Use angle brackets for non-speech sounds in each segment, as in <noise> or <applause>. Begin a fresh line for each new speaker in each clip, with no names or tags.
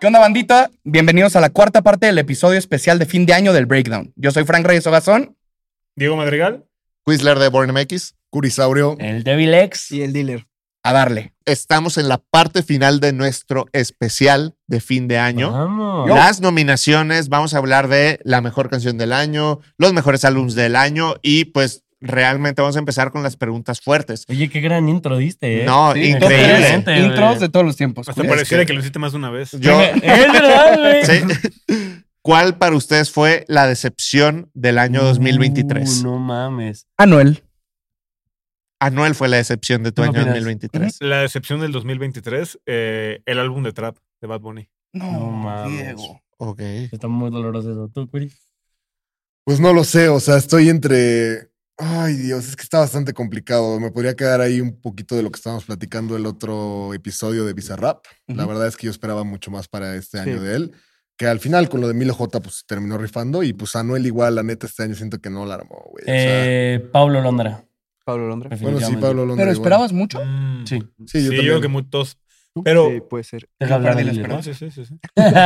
¿Qué onda, bandita? Bienvenidos a la cuarta parte del episodio especial de fin de año del Breakdown. Yo soy Frank Reyes Ogazón.
Diego Madrigal.
Quizler de Born MX, Curisaurio.
El Devil X.
Y el dealer.
A darle.
Estamos en la parte final de nuestro especial de fin de año.
Vamos.
Yo.
Las nominaciones, vamos a hablar de la mejor canción del año, los mejores álbumes del año y pues realmente vamos a empezar con las preguntas fuertes.
Oye, qué gran intro diste, ¿eh?
No,
Sí, top
increíble.
excelente,
tres
güey.
Intros de todos los tiempos.
Hasta
Cool.
pareciera
que-
que... lo hiciste más de una vez.
Yo,
<laughs> Es verdad, güey.
Sí. <laughs> ¿Cuál para ustedes fue la decepción del año 2023?
Uh, no mames.
Anuel.
Anuel fue la decepción de tu
¿Tú qué
año
opinas?
2023.
La decepción del 2023, eh, el álbum de Trap de Bad Bunny.
No mames. Diego.
Ok.
Está muy doloroso eso. ¿Tú, Curi?
Pues no lo sé, o sea, estoy entre. Ay, Dios, es que está bastante complicado. Me podría quedar ahí un poquito de lo que estábamos platicando el otro episodio de Bizarrap. La
Ujú.
verdad es que yo esperaba mucho más para este
Sí.
año de él, que al final con lo de Milo J, pues terminó rifando. Y pues Anuel, igual, la neta, este año siento que no la armó, güey. O sea,
Eh, Pablo Londra.
Pablo Londra.
bueno, sí,
definitivamente.
Pablo Londra.
¿Pero
igual.
esperabas mucho?
Mm.
Sí.
Sí, yo
sí, yo
también.
creo que muy tos. Pero.
Sí, puede ser. <laughs>
Deja hablar
Perdí la
de
No, sí, sí, sí, sí.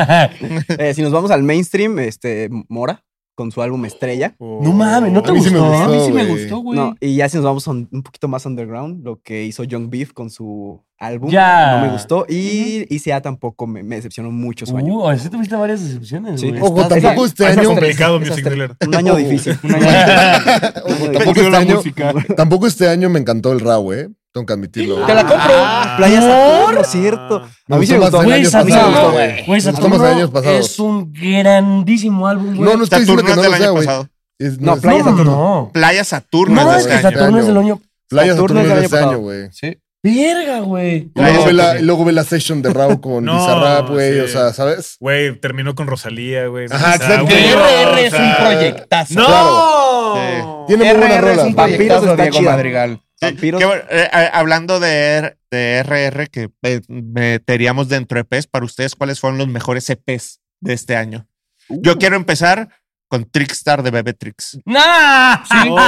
Eh, si nos vamos al mainstream, este, Mora, con su álbum Estrella.
<laughs> No mames, ¿no te
A mí sí me
gustó?
gustó,
a mí sí me
güey.
gustó, güey.
No, y ya si nos vamos un, un poquito más underground, lo que hizo Young Beef con su álbum.
Ya.
No me gustó. Y ICA tampoco me, me decepcionó mucho su año.
Uh, sí tuviste varias decepciones,
Sí.
güey.
Ojo,
Estas-
tampoco
esas-
este
esas
año.
tres,
Complicado,
esas
Music
tres.
Dealer.
Un año
Ojo.
difícil.
<laughs>
Un año difícil.
Ojo,
Yo
tampoco,
creo
este
la
año,
música.
tampoco este año me encantó el Raw, ¿eh? Tengo que admitirlo.
Te la
güey.
compro.
Ah.
Playa Saturno,
Ah.
cierto.
Me
A mí sí me
gustó
gustó.
más
Güey,
años
A mí sí me
Saturno,
gustó,
pasados,
güey.
güey. Güey,
Me gustó más
Saturno
de años pasados.
es un grandísimo álbum, güey.
No, no estoy
Saturno
diciendo que no
del
lo
año
sea, güey.
pasado.
Es-
No,
es-
Playa
no,
Saturno.
no.
Playa Saturno
No,
de
es
este
que
año.
Saturno es del año.
Playa Saturno
Saturno del
del
año
este año,
pasado.
güey.
Verga, güey.
Y Luego,
Playa
ve la,
Saturno.
y luego ve la session de Raúl
<laughs>
con
No,
Bizarrap, güey,
sí.
o sea, ¿sabes?
Güey, terminó con Rosalía, güey.
Ajá,
O sea,
exacto.
güey,
RR
o
es un
sea, ah,
proyectazo.
¡No!
Tiene muy
RR
buenas
es
rolas.
un
Vampiros
proyectazo,
está
Diego
chida.
Madrigal.
Sí,
Vampiros.
qué bueno. Eh, eh, hablando de, R- de RR, que eh, meteríamos dentro de EPs, para ustedes, ¿cuáles fueron los mejores EPs de este año? Yo quiero empezar con Trickstar de Bebetrix.
¡Nah!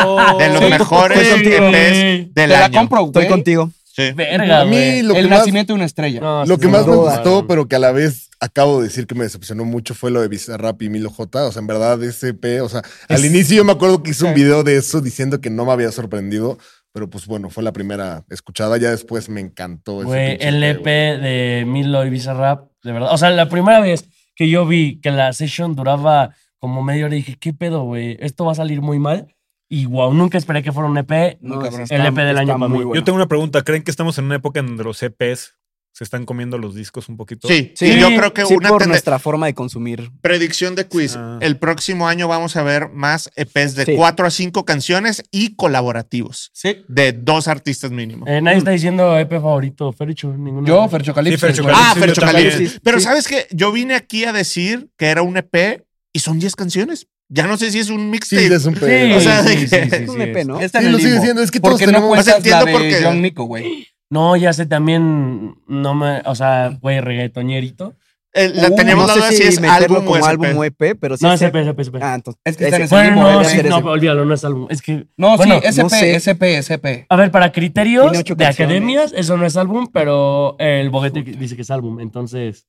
Oh.
De los
Sí.
mejores
Estoy contigo,
EPs
Ah, güey.
Te
del
la
año.
compro,
Estoy
güey.
contigo.
Sí.
Verga,
A mí
güey.
Lo que
El
más-
nacimiento de una estrella.
No,
Lo
sí,
que
sin
más me
duda.
gustó, pero que a la vez acabo de decir que me decepcionó mucho fue lo de Bizarrap y Milo J. O sea, en verdad, ese P, o sea, al inicio yo me acuerdo que hice un video de eso diciendo que no me había sorprendido, pero pues bueno, fue la primera escuchada. Ya después me encantó ese
Güey,
pinche
Pues, el
E
EP,
EP
güey.
de Milo y Bizarrap, de verdad. O sea, la primera vez que yo vi que la session duraba como media hora, dije, ¿qué pedo, güey? Esto va a salir muy mal. Y wow, nunca esperé que fuera un EP.
No,
cabrón.
está-
El EP del año
está
para
muy
mí.
bueno.
Yo tengo una pregunta. ¿Creen que estamos en una época en donde los EPs se están comiendo los discos un poquito?
Sí,
Sí.
y yo creo que
Sí,
una
por
tende-
nuestra forma de consumir.
predicción de quiz.
Ah.
El próximo año vamos a ver más EPs de
Sí.
4 a 5 canciones y colaborativos
Sí.
de dos artistas mínimo.
Eh, nadie está diciendo EP favorito, Fercho. Ninguno.
Yo, Fercho Calipso.
Sí, Fercho
güey.
Calipso.
ah,
sí,
Fercho
yo también.
Calipso.
Sí,
Pero
sí.
sabes que yo vine aquí a decir que era un EP y son 10 canciones. Ya no sé si es un
Sí,
mixtape.
es un
Sí,
P.
O sea,
sí,
de
sí,
que-
sí, sí,
Es un
sí,
EP,
es-
¿no?
Está
Sí,
en el
lo sigue
limbo.
diciendo. Es que
¿Por
todos
qué no
tenemos.
O
cuentas
sea,
la
entiendo por
de
qué.
John Nico, güey?
No, ya sé también, no me, o sea, güey, reggaetoñerito.
Eh, la
Uh,
tenemos
no
la
sé
duda si, es
meterlo
álbum o
como
es
álbum
EP.
o EP, pero sí.
No,
es
es EP, es EP, es EP.
Ah, entonces.
Es que está en
ese-
ese
Bueno,
limbo,
no,
debe
sí,
ser
no, pues,
ese.
olvídalo, no es álbum. Es que,
No,
Bueno,
sí, SP,
no sé.
SP, SP.
a ver, para criterios
Tiene
de
ocho canciones.
academias, eso no es álbum, pero el boguete que- dice que es álbum, entonces.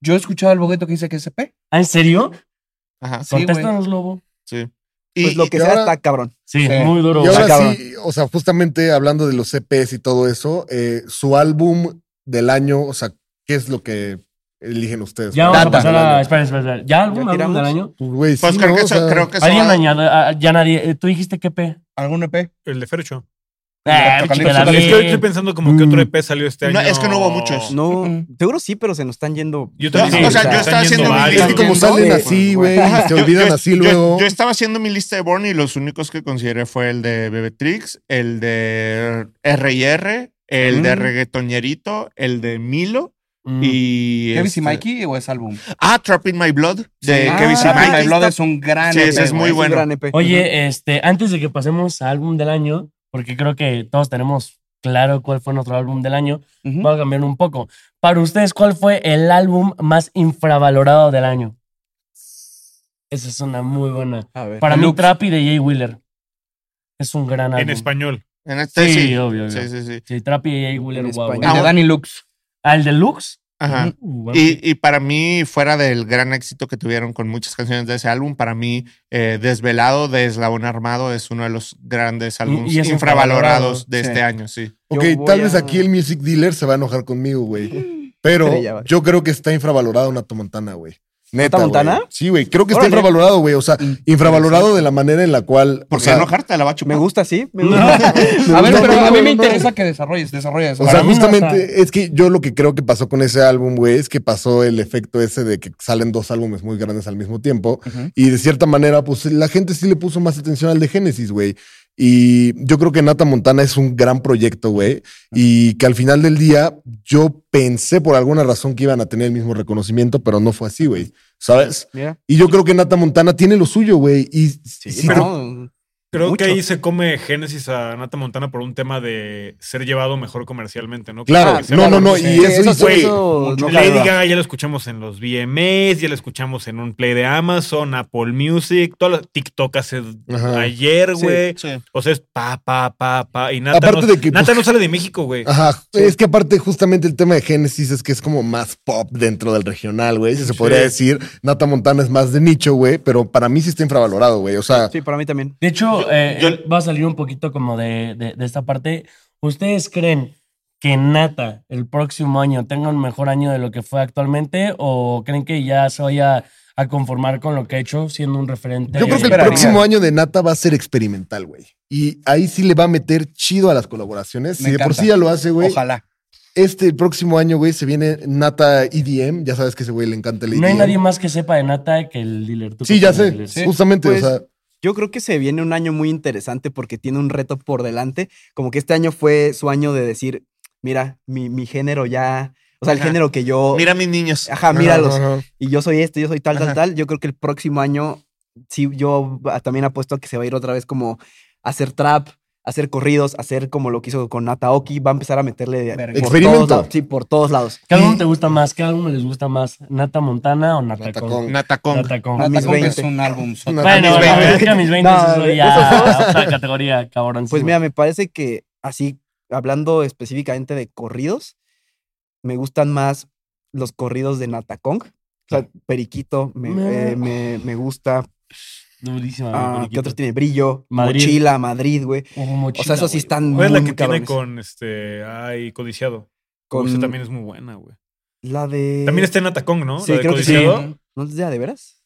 Yo he escuchado al bogueto que dice que es SP.
¿Ah, en serio?
Ajá,
Pues
Sí, güey.
Contéstanos, Lobo.
sí. Y,
Pues lo
y-
que
y
sea
ahora-
está cabrón.
Sí,
Sí.
muy duro.
Y
güey.
ahora
cabrón.
sí, o sea, justamente hablando de los CPs y todo eso, eh, su álbum del año, o sea, ¿qué es lo que eligen ustedes?
Ya
para
vamos a
el
Data.
pasar
álbum del
a.
año?
Espera, espera, espera. ¿Ya álbum,
¿Ya
álbum del
tiramos?
año?
Pues, güey, sí,
pues creo
¿no?
que
O
eso-
sea,
creo que eso
Alguien
va-
añade, a- a- ya nadie. eh, ¿Tú dijiste qué P?
¿Algún EP?
El de Fercho.
Ah,
Fercho
pinche
Calipso.
la
Es que
bien.
estoy pensando como que otro EP salió este año.
No, es que no hubo muchos.
No,
Mm.
seguro sí, pero se nos están yendo.
Yo también.
o sea, yo estaba
Están yendo
haciendo mi
varios.
Es que como
¿no?
salen
Sí.
así, güey, y se
Yo-
olvidan
yo-
así
yo-
luego.
Yo estaba haciendo mi lista de Born y los únicos que consideré fue el de Bebetrix, el de R&R, el de
Mm.
Reggaetoñerito, el de Milo
Mm.
y...
¿Kevis y
este-
Mikey o es álbum?
Ah, Trap in My Blood de
Ah,
Kevis y
Rapid
Mikey.
My Blood es un gran
Sí, ese
EP,
es
güey.
muy
Es un
bueno.
gran E EP.
Oye, este, antes de que pasemos a álbum del año, porque creo que todos tenemos claro cuál fue nuestro álbum del año,
Ujú.
¿Mm?
Vamos a cambiar un poco. Para ustedes, ¿cuál fue el álbum más infravalorado del año? Esa es una muy buena.
A ver.
Para mí,
Lux.
Trappy de Jay Wheeler. Es un gran álbum.
En español.
En este
Sí,
sí.
obvio. obvio.
Sí, sí, sí.
Sí, Trappy de Jay Wheeler,
En
wow.
español.
El de
Ah,
Danny Lux.
¿Al deluxe?
Ajá.
Uh, bueno.
Y, y para mí, fuera del gran éxito que tuvieron con muchas canciones de ese álbum, para mí, eh, Desvelado de Eslabón Armado es uno de los grandes álbumes
y es
infravalorados
infravalorado,
de
sí.
este año, sí.
Yo
Ok,
voy
tal vez
a-
aquí el music dealer se va a enojar conmigo, güey. Pero
Estrella, vale.
yo creo que está infravalorada una Tomontana, güey. Neta, güey.
Montana?
Sí, güey. Creo que está
Órale.
infravalorado, güey. O sea, infravalorado de la manera en la cual.
¿Por
o
qué
sea,
enojarte? La va a chupar.
Me gusta, sí. Me
No.
gusta. <laughs>
A
<laughs>
ver,
No,
pero
no,
a
no,
mí me
no, no.
interesa que desarrolles, desarrolles.
O sea,
Para mí no,
justamente
o sea-
es que yo lo que creo que pasó con ese álbum, güey, es que pasó el efecto ese de que salen dos álbumes muy grandes al mismo tiempo.
Ujú.
Y de cierta manera, pues la gente sí le puso más atención al de Génesis, güey. Y yo creo que Nata Montana es un gran proyecto, güey. Y que al final del día, yo pensé por alguna razón que iban a tener el mismo reconocimiento, pero no fue así, güey. ¿Sabes?
Mira.
Y yo creo que Nata Montana tiene lo suyo, güey. Y
Sí,
si te-
no.
Creo
Mucho.
que ahí se come Génesis a Nata Montana por un tema de ser llevado mejor comercialmente, ¿no?
Claro,
Como que ser
no, no, no.
valorizado.
Y eso
Sí,
hizo-
eso,
güey,
eso no cabe
Lady
duda.
Gaga ya lo escuchamos en los VMAs, ya lo escuchamos en un play de Amazon, Apple Music, todas las TikTok hace
Ajá.
ayer,
Sí,
güey.
Sí.
O sea, es pa, pa, pa, pa. Y Nata,
Aparte
no,
de que,
Nata
pues-
no sale de México, güey.
Ajá, es que aparte justamente el tema de Génesis es que es como más pop dentro del regional, güey, si se podría decir. Nata Montana es más de nicho, güey, pero para mí sí está infravalorado, güey. O sea,
Sí, para mí también.
De hecho, eh,
yo-
va a salir un poquito como de, de- de esta parte. ¿Ustedes creen que Nata el próximo año tenga un mejor año de lo que fue actualmente? ¿O creen que ya se vaya a conformar con lo que ha hecho siendo un referente?
yo creo que el
esperaría.
próximo año de Nata va a ser experimental, güey. Y ahí sí le va a meter chido a las colaboraciones.
Me
si de por
encanta.
sí ya lo hace, güey.
Ojalá.
Este próximo año, güey, se viene Nata EDM. Ya sabes que ese güey le encanta el EDM.
No hay nadie más que sepa de Nata que el dealer. ¿Tú
Sí,
qué
ya
opinas,
sé.
dealer?
Justamente,
Pues,
o sea,
Yo creo que se viene un año muy interesante porque tiene un reto por delante. Como que este año fue su año de decir, mira, mi, mi género ya, o sea, el
Ajá.
género que yo...
Mira mis niños.
Ajá, míralos.
ajá, ajá.
Y yo soy este, yo soy tal, tal,
Ajá.
tal. Yo creo que el próximo año, sí, yo ah, también apuesto a que se va a ir otra vez como a hacer trap, a hacer corridos, a hacer como lo que hizo con Nataoki. Va a empezar a meterle por
Verga.
Experimento.
todos lados. Sí, por todos lados.
¿Qué álbum te gusta más? ¿Qué álbum les gusta más? ¿Nata Montana o Nata
Nata
Con?
Con.
Nata Conga.
Nata Con.
A mis
Nata Conga
20.
es un álbum. sota.
Nata
Bueno,
mis
no,
20.
es que a mis 20
No,
soy ya otra categoría, cabrón.
Pues mira, me parece que así, hablando específicamente de corridos, me gustan más los corridos de Natacong. O sea, Periquito me,
Me-
eh, me- me gusta.
Durísima.
Ah,
güey,
¿Qué otros tiene? Brillo,
Madrid.
Mochila, Madrid, güey.
O
O
Mochila,
sea, esos sí
güey.
están muy
¿Cuál es la que tiene
cabrones.
con este. Ay, codiciado?
Con-
Con... Esa también es muy buena, güey.
La de...
También este está en Nata Conga, ¿no?
Sí,
La de
creo que sí.
codiciado.
¿No es de, de veras?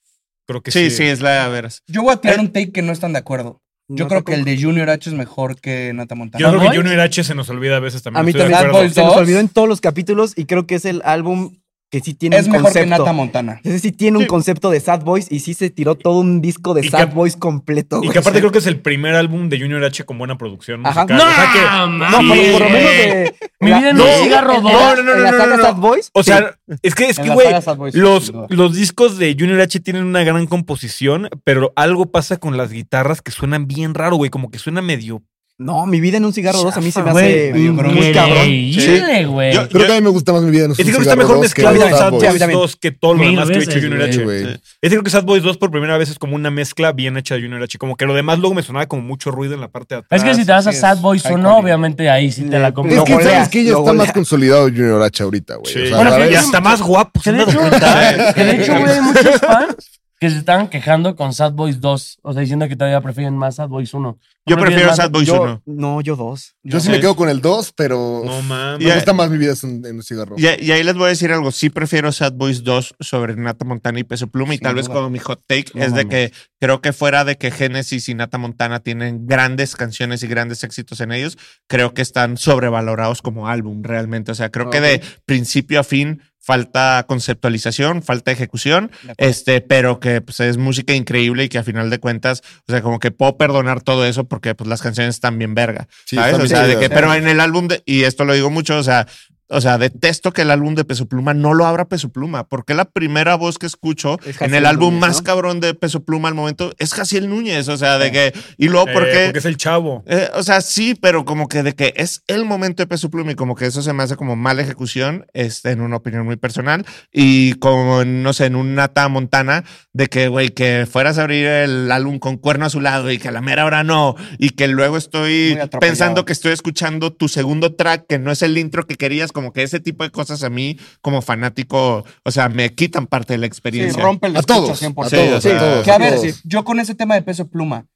Creo que
Sí, sí, es la de veras.
Yo voy a tirar un take que no están de acuerdo. Yo
No
creo
te
que el de Junior H es mejor que Nata Montana.
Yo creo
Boys?
que Junior H se nos olvida a veces también.
A mí
estoy de
también.
Bad
acuerdo.
Boys
Se nos
dos.
olvidó en todos los capítulos y creo que es el álbum que sí tiene
es
un
mejor
concepto.
que Nata Montana.
Ese sí tiene un
Sí.
concepto de Sad Boys y sí se tiró todo un disco de
Y
Sad
que-
Boys completo.
Y
güey.
que aparte creo que es el primer álbum de Junior H con buena producción
Ajá.
musical. O sea que.
No,
mames.
por, por lo
Sí.
menos de...
Mi vida en
No,
un cigarro
no,
dos.
no, no,
en la
no,
saga
no, no.
Sad Boys.
O sea, es que, es
En
que,
la
güey,
saga Sad Boys,
los,
sin duda.
los discos de Junior H tienen una gran composición, pero algo pasa con las guitarras que suenan bien raro, güey, como que suena medio.
No, mi vida en un cigarro 2 a mí se me
Chafa,
hace
güey,
muy
medio
cabrón.
Increíble, güey.
Yo-
Creo que a mí me gusta más mi vida. en
Este
un
creo que está
cigarro
mejor
dos
mezclado
que
en
Sad
Sad
Boys.
Boys 2 que todo lo
Mil
demás que ha hecho
veces,
Junior
güey.
H.
Sí, güey.
Este creo que Sad Boys 2 por primera vez es como una mezcla bien hecha de Junior H. Como que lo demás luego me sonaba como mucho ruido en la parte de atrás.
Es que si te vas a
sí es
Sad Boys o no,
icónico.
obviamente ahí sí te la compro.
Es
Lo
que
golea,
sabes que ya
lo
está
golea.
más consolidado Junior H ahorita, güey.
Sí.
O sea,
Bueno,
¿sabes?
y hasta más guapo.
Que de hecho, <laughs> que de hecho, güey, hay muchos fans que se estaban quejando con Sad Boys 2. O sea, diciendo que todavía prefieren más Sad Boys 1.
Yo prefiero Sad Boys
Yo,
1.
no, yo dos.
Yo sí
No.
me quedo con el 2, pero
No mames.
me
Ya-
gusta más mi vida es un- en un cigarro.
Y, y ahí les voy a decir algo. Sí prefiero Sad Boys 2 sobre Nata Montana y Peso Pluma. Y
Sin
tal vez
duda.
como mi hot take
No
es de
mames.
que creo que fuera de que Genesis y Nata Montana tienen grandes canciones y grandes éxitos en ellos, creo que están sobrevalorados como álbum realmente. O sea, creo que de principio a fin falta conceptualización, falta ejecución,
De acuerdo.
este, pero que pues, es música increíble y que a final de cuentas, o sea, como que puedo perdonar todo eso porque pues las canciones están bien verga.
Sí,
¿sabes?
está
O
bien
sea, de
chida.
que, pero en el álbum, de- y esto lo digo mucho, o sea, o sea, detesto que el álbum de Peso Pluma no lo abra Peso Pluma, porque la primera voz que escucho
Es
en
Jaciel
el álbum
Núñez,
más
¿no?
cabrón de Peso Pluma al momento es Jaciel Núñez, o sea, de
Sí.
que, y luego
Eh,
porque,
Porque es el chavo.
eh, o sea, sí, pero como que de que es el momento de Peso Pluma y como que eso se me hace como mala ejecución, este, en una opinión muy personal, y como, no sé, en un Nata Montana, de que, güey, que fueras a abrir el álbum con cuerno a su lado y que a la mera hora no, y que luego
Muy
estoy
atropellado.
pensando que estoy escuchando tu segundo track, que no es el intro que querías, como que ese tipo de cosas a mí, como fanático, o sea, me quitan parte de la
Sí,
experiencia.
rompe el
A
escucha
todos. A
100%.
todos.
Sí, o
a
Sí,
sea,
todos,
que a
a
ver,
todos.
yo con ese tema de peso pluma,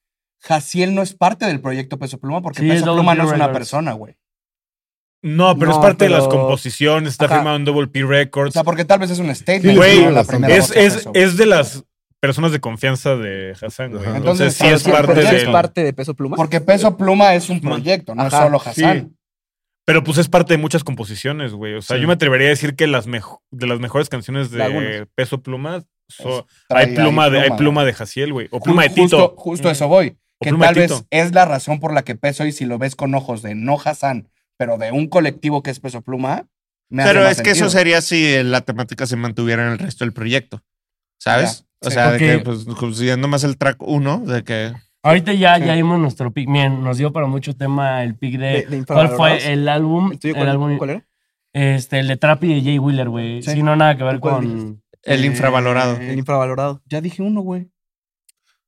Jaciel no es parte del proyecto Peso Pluma porque
Sí, es
Peso Pluma
WP
no es una
Records.
persona, güey.
No, pero
No,
es parte de
pero-
las composiciones, está
Ajá.
firmado en Double P Records.
O sea, porque tal vez es un statement.
Güey,
¿no? La primera
es,
voz de
es-
Peso.
es de las personas de confianza de Hassan, güey.
Ajá.
Entonces,
Entonces,
sí es
sí,
parte
porque
de...
es
del...
parte de Peso Pluma?
Porque Peso Pluma es un proyecto, no
Ajá,
es solo
sí.
Hassan.
Pero pues es parte de muchas composiciones, güey. O sea,
Sí.
yo me atrevería a decir que las mejo- de las mejores canciones de
De algunas.
Peso Pluma so-
Trae
hay, pluma
ahí
de, hay pluma de Jaciel, güey. O pluma de
Ju- justo,
Tito.
Justo eso voy.
O
Que
pluma de
tal vez
Tito.
es la razón por la que Peso, y si lo ves con ojos de no Hassan, pero de un colectivo que es Peso Pluma, me hace
Pero
más
es que
sentido.
eso sería si eh, la temática se mantuviera en el resto del proyecto. ¿Sabes?
Ya,
o
sí.
sea, de que
Porque-
pues consiguiendo más el track uno, de que
Ahorita ya,
Sí.
ya dimos nuestro pick. Miren, nos dio para mucho tema el pick de,
De- de
cuál
infravalorados.
fue el álbum.
¿El tuyo
el
cuál,
álbum-
cuál era?
Este, el de Trappy de Jay Wheeler, güey.
Sí.
Sí. no, nada que ver
¿Tú cuál
con.
el
Eh,
infravalorado.
El infravalorado.
Ya dije uno, güey.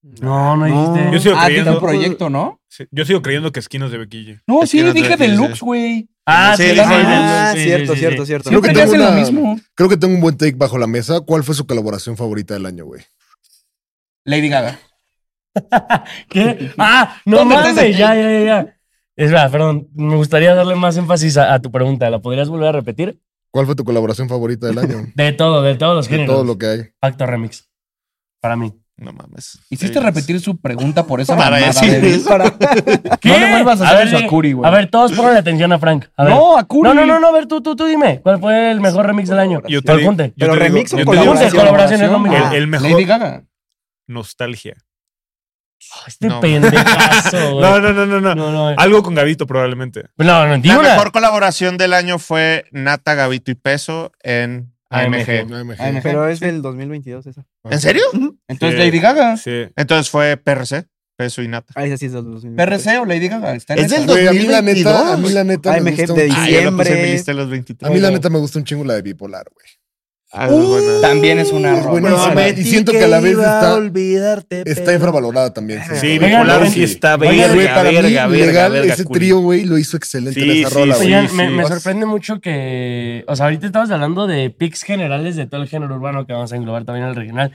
No, no
No.
dijiste.
Yo sigo
Ah, de
creyendo.
un proyecto, ¿no?
Sí, Yo sigo creyendo que Esquinas de Bequille.
No,
Es que
sí,
no te
dije
dije,
deluxe,
sí.
güey.
Ah,
Sí,
sí,
dije
sí,
Deluxe.
Ah,
sí, sí,
cierto,
sí,
cierto,
sí.
cierto.
Creo que
Siempre te
tengo
hacen lo
una-
mismo.
Creo que tengo un buen take bajo la mesa. ¿Cuál fue su colaboración favorita del año, güey?
Lady Gaga.
¿Qué? Ah, no
¿Dónde estás
mames,
aquí?
ya, ya, ya, ya. Es verdad, perdón. Me gustaría darle más énfasis a, a tu pregunta. ¿La podrías volver a repetir?
¿Cuál fue tu colaboración favorita del año?
<laughs>
De todo, de todos los
De
géneros.
todo lo que hay.
Factor Remix.
<laughs>
Para mí.
No mames.
Hiciste
Sí,
repetir su pregunta por esa
Para
Ah,
mamada.
decir
David.
eso.
Para- No le vuelvas a hacer
ver, eh,
eso a Curi, güey.
A ver, todos pongan atención a Frank. A ver.
No, a Curi.
No, no, no, no, a ver, tú, tú, tú dime. ¿Cuál fue el mejor remix del año?
Yo te
Pero
digo-
junte.
yo
Pero
te digo-
remix o
yo te digo
colaboración. colaboración es lo mismo.
El- el mejor-
Lady Gaga.
Nostalgia.
Este
No.
pendejazo, güey.
No, no, no, no, no. Ah,
No, no,
Algo con Gavito probablemente.
no, no, di
La
una.
mejor colaboración del año fue Nata, Gavito y Peso en AMG.
AMG.
Pero es del 2022 esa.
Ah.
¿En serio?
Entonces,
Sí.
Lady Gaga.
Sí.
Entonces fue PRC, Peso y Nata.
Ah, esa sí es del 2022.
PRC o Lady Gaga. Está en
Es
esa.
del
Güey, a mí la neta, a mí la neta me
AMG
gusta un
de diciembre.
chingo-
Ah, yo lo puse en mi lista de los
A
23.
mí la neta me gusta un chingo la de bipolar, güey.
Ah, es buena.
También es una
Es
rola.
buenísima.
No,
y siento que a la vez está, está
pero-
infravalorada también. siento,
Sí,
güey.
Bipolar
bipolar
Oigan,
sí está
Güey,
verga,
güey, para mí,
verga, verga,
legal,
verga,
ese
cool.
trío, güey, lo hizo excelente
Sí,
en esa
sí,
rola,
sí.
güey.
Oigan,
sí.
me, me sorprende mucho que. O sea, ahorita estabas hablando de pics generales de todo el género urbano que vamos a englobar también el regional.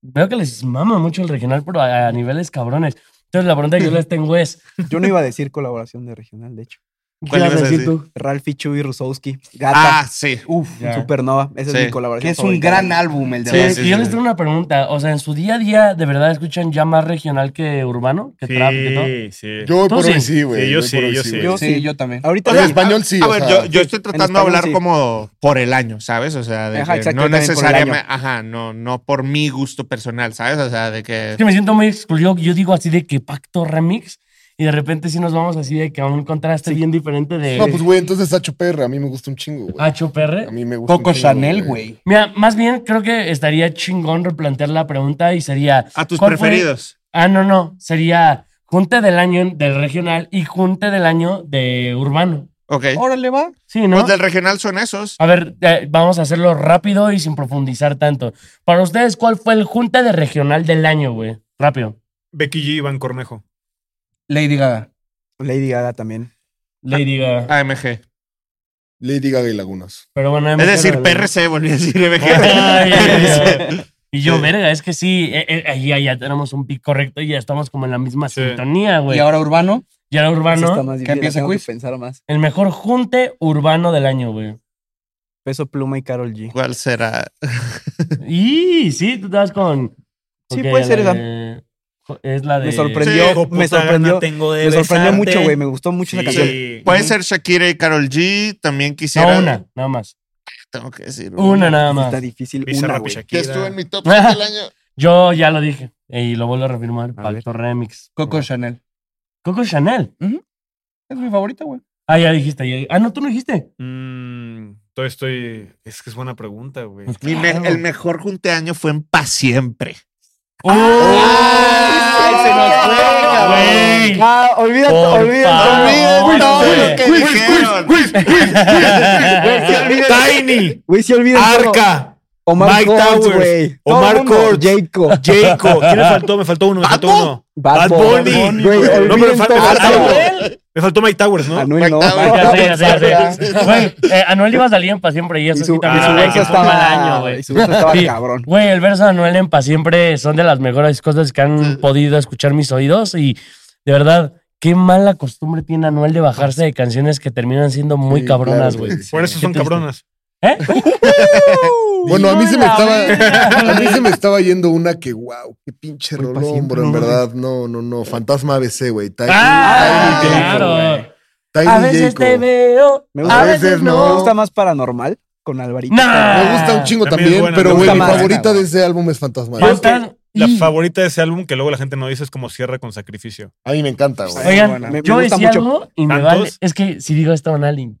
Veo que les mama mucho el regional, pero a, a niveles cabrones. Entonces, la pregunta que yo les tengo es:
Yo no iba a decir colaboración de regional, de hecho.
¿Cuál ibas a decir?
tú?
Ralph Fichu y Rusowski. Gata.
Ah, sí.
Uf.
Ya.
Supernova. Esa
Sí.
es mi colaboración.
Que es un
favorita.
gran álbum el de
Sí,
Ralph.
sí,
Y yo les tengo una pregunta. O sea, en su día a día, ¿de verdad escuchan ya más regional que urbano? Que trap, que todo?
Sí, sí.
Yo voy
Tú
por
sí.
hoy sí, güey.
Sí, yo
voy por
sí,
hoy
yo sí.
güey.
Yo
Sí,
sí. Ah,
yo también.
Ahorita
O
sí.
sea,
En español sí,
A
o
ver,
sea,
yo, yo estoy tratando de
español
hablar
sí.
como por el año, ¿sabes? O sea, de
Ajá,
que
exacto,
no
yo también por el
necesariamente,
año.
ajá, no, no por mi gusto personal, ¿sabes? O sea, de que
Es que me siento muy excluido. Yo digo así de que pacto remix. Y de repente sí nos vamos así de que a un contraste bien diferente de
No, pues, güey, entonces Sacho Perra, a mí me gusta un chingo, güey. A
HPR.
mí me gusta un
Coco
chingo,
Chanel, güey.
Mey. Mira, más bien creo que estaría chingón replantear la pregunta y sería.
a tus
¿cuál fue-
preferidos.
Ah, no, no. Sería junte del año en- del regional y junte del año de urbano.
Ok.
Órale, va.
Sí, Oh, ¿no?
Los del regional son esos.
A ver, eh, vamos a hacerlo rápido y sin profundizar tanto. Para ustedes, ¿cuál fue el junte de regional del año, güey? Rápido.
Becky G, Iván Cornejo.
Lady Gaga.
Lady Gaga también.
Lady
Ah,
Gaga.
AMG.
Lady Gaga y Lagunas.
Pero bueno,
Es decir,
MGR,
PRC, volví a decir
<laughs> Ay, ay,
MG. <laughs>
ay. Y yo, verga, es que sí, eh, eh, ahí ahí ya tenemos un pic correcto y ya estamos como en la misma
Sí.
sintonía, güey.
Y ahora Urbano.
Y ahora
Esa
urbano,
está más difícil,
empieza
tengo que
quiz?
pensar más.
el mejor junte urbano del año, güey.
Peso Pluma y Carol G.
¿Cuál será?
Y sí, tú te vas con.
Sí,
porque
puede ser
la
esa.
de- Es la de.
Me sorprendió.
Sí, hijo,
me sorprendió.
tengo de
Me sorprendió
besarte.
mucho, güey. Me gustó mucho esa canción.
Sí.
Puede ser Shakira y Carol G. También quisiera.
No, una, nada más.
Tengo que decir.
Una nada más.
Está difícil. Una,
Bizarrap y
güey.
Shakira.
mi
<laughs>
top
Ah.
año.
Yo ya lo dije. Y lo vuelvo a reafirmar.
A
Pacto Remix.
Coco Chanel.
Coco Chanel.
Es mi favorita, güey.
Ah, ya dijiste. ya- Ah, no, tú no dijiste.
Mm, todavía estoy. Es que es buena pregunta, güey.
Mi me- el mejor junteaño fue en Pa Siempre.
Ah,
¡Ay,
se nos fue, cabrón.
Güey.
Ah, olvídate,
Por favor.
olvídate.
Uy,
todo
güey.
lo que
Quiz,
dijeron.
quiz, quiz, quiz.
Güey, se olvidan-
Tiny,
Güey, sí, olvídate.
Arca,
Omar
Mike
Courts,
Towers,
güey.
Omar
Todo el mundo.
Courts.
Jacob.
Jaco. ¿Quién me faltó? Me faltó uno, me faltó uno. Bad Bunny.
Güey,
No, pero
olviden
falta-
todo
falta-
eso.
Me faltó Mike Towers, ¿no?
Anuel Ah, no.
Ya sé, ya sé, ya sé. Güey, eh, Anuel iba a salir en Pa' Siempre y
Y
eso
su,
sí
y su
también.
Ah,
güey,
verso
que fue un mal año,
estaba,
güey.
y su verso estaba
Sí.
cabrón.
Güey, el verso de Anuel en Pa' Siempre son de las mejores cosas que han podido escuchar mis oídos y de verdad, qué mala costumbre tiene Anuel de bajarse de canciones que terminan siendo muy
Sí,
cabronas,
claro,
güey.
güey.
Por eso
Qué
son
triste.
cabronas.
¿Eh?
<laughs> Bueno, a mí se me
Hola,
estaba. <laughs>
verga.
A mí se me estaba yendo una que, wow, qué pinche
Muy
rolón,
paciente,
bro. En
¿no?
verdad, no, no, no. Fantasma ABC, güey. Tiny-
Ah,
Tiny Jacob,
claro.
güey. Tiny
A veces
Jacob.
te veo,
Me
a
gusta,
veces no.
me gusta más paranormal con Alvarito.
Nah.
Me gusta un chingo
También
también,
es buena,
pero
me
güey,
gusta
mi
más.
favorita de ese álbum es Fantasma.
Yo-
Faltan-
La
Mm.
y-
favorita de ese álbum que luego la gente no dice es como cierra con sacrificio.
A mí me encanta, güey.
Oigan,
Buena. Me- me
yo
gusta
decía
mucho.
algo y me
¿Tantos?
vale. Es que si digo esto, Anuel, hincha.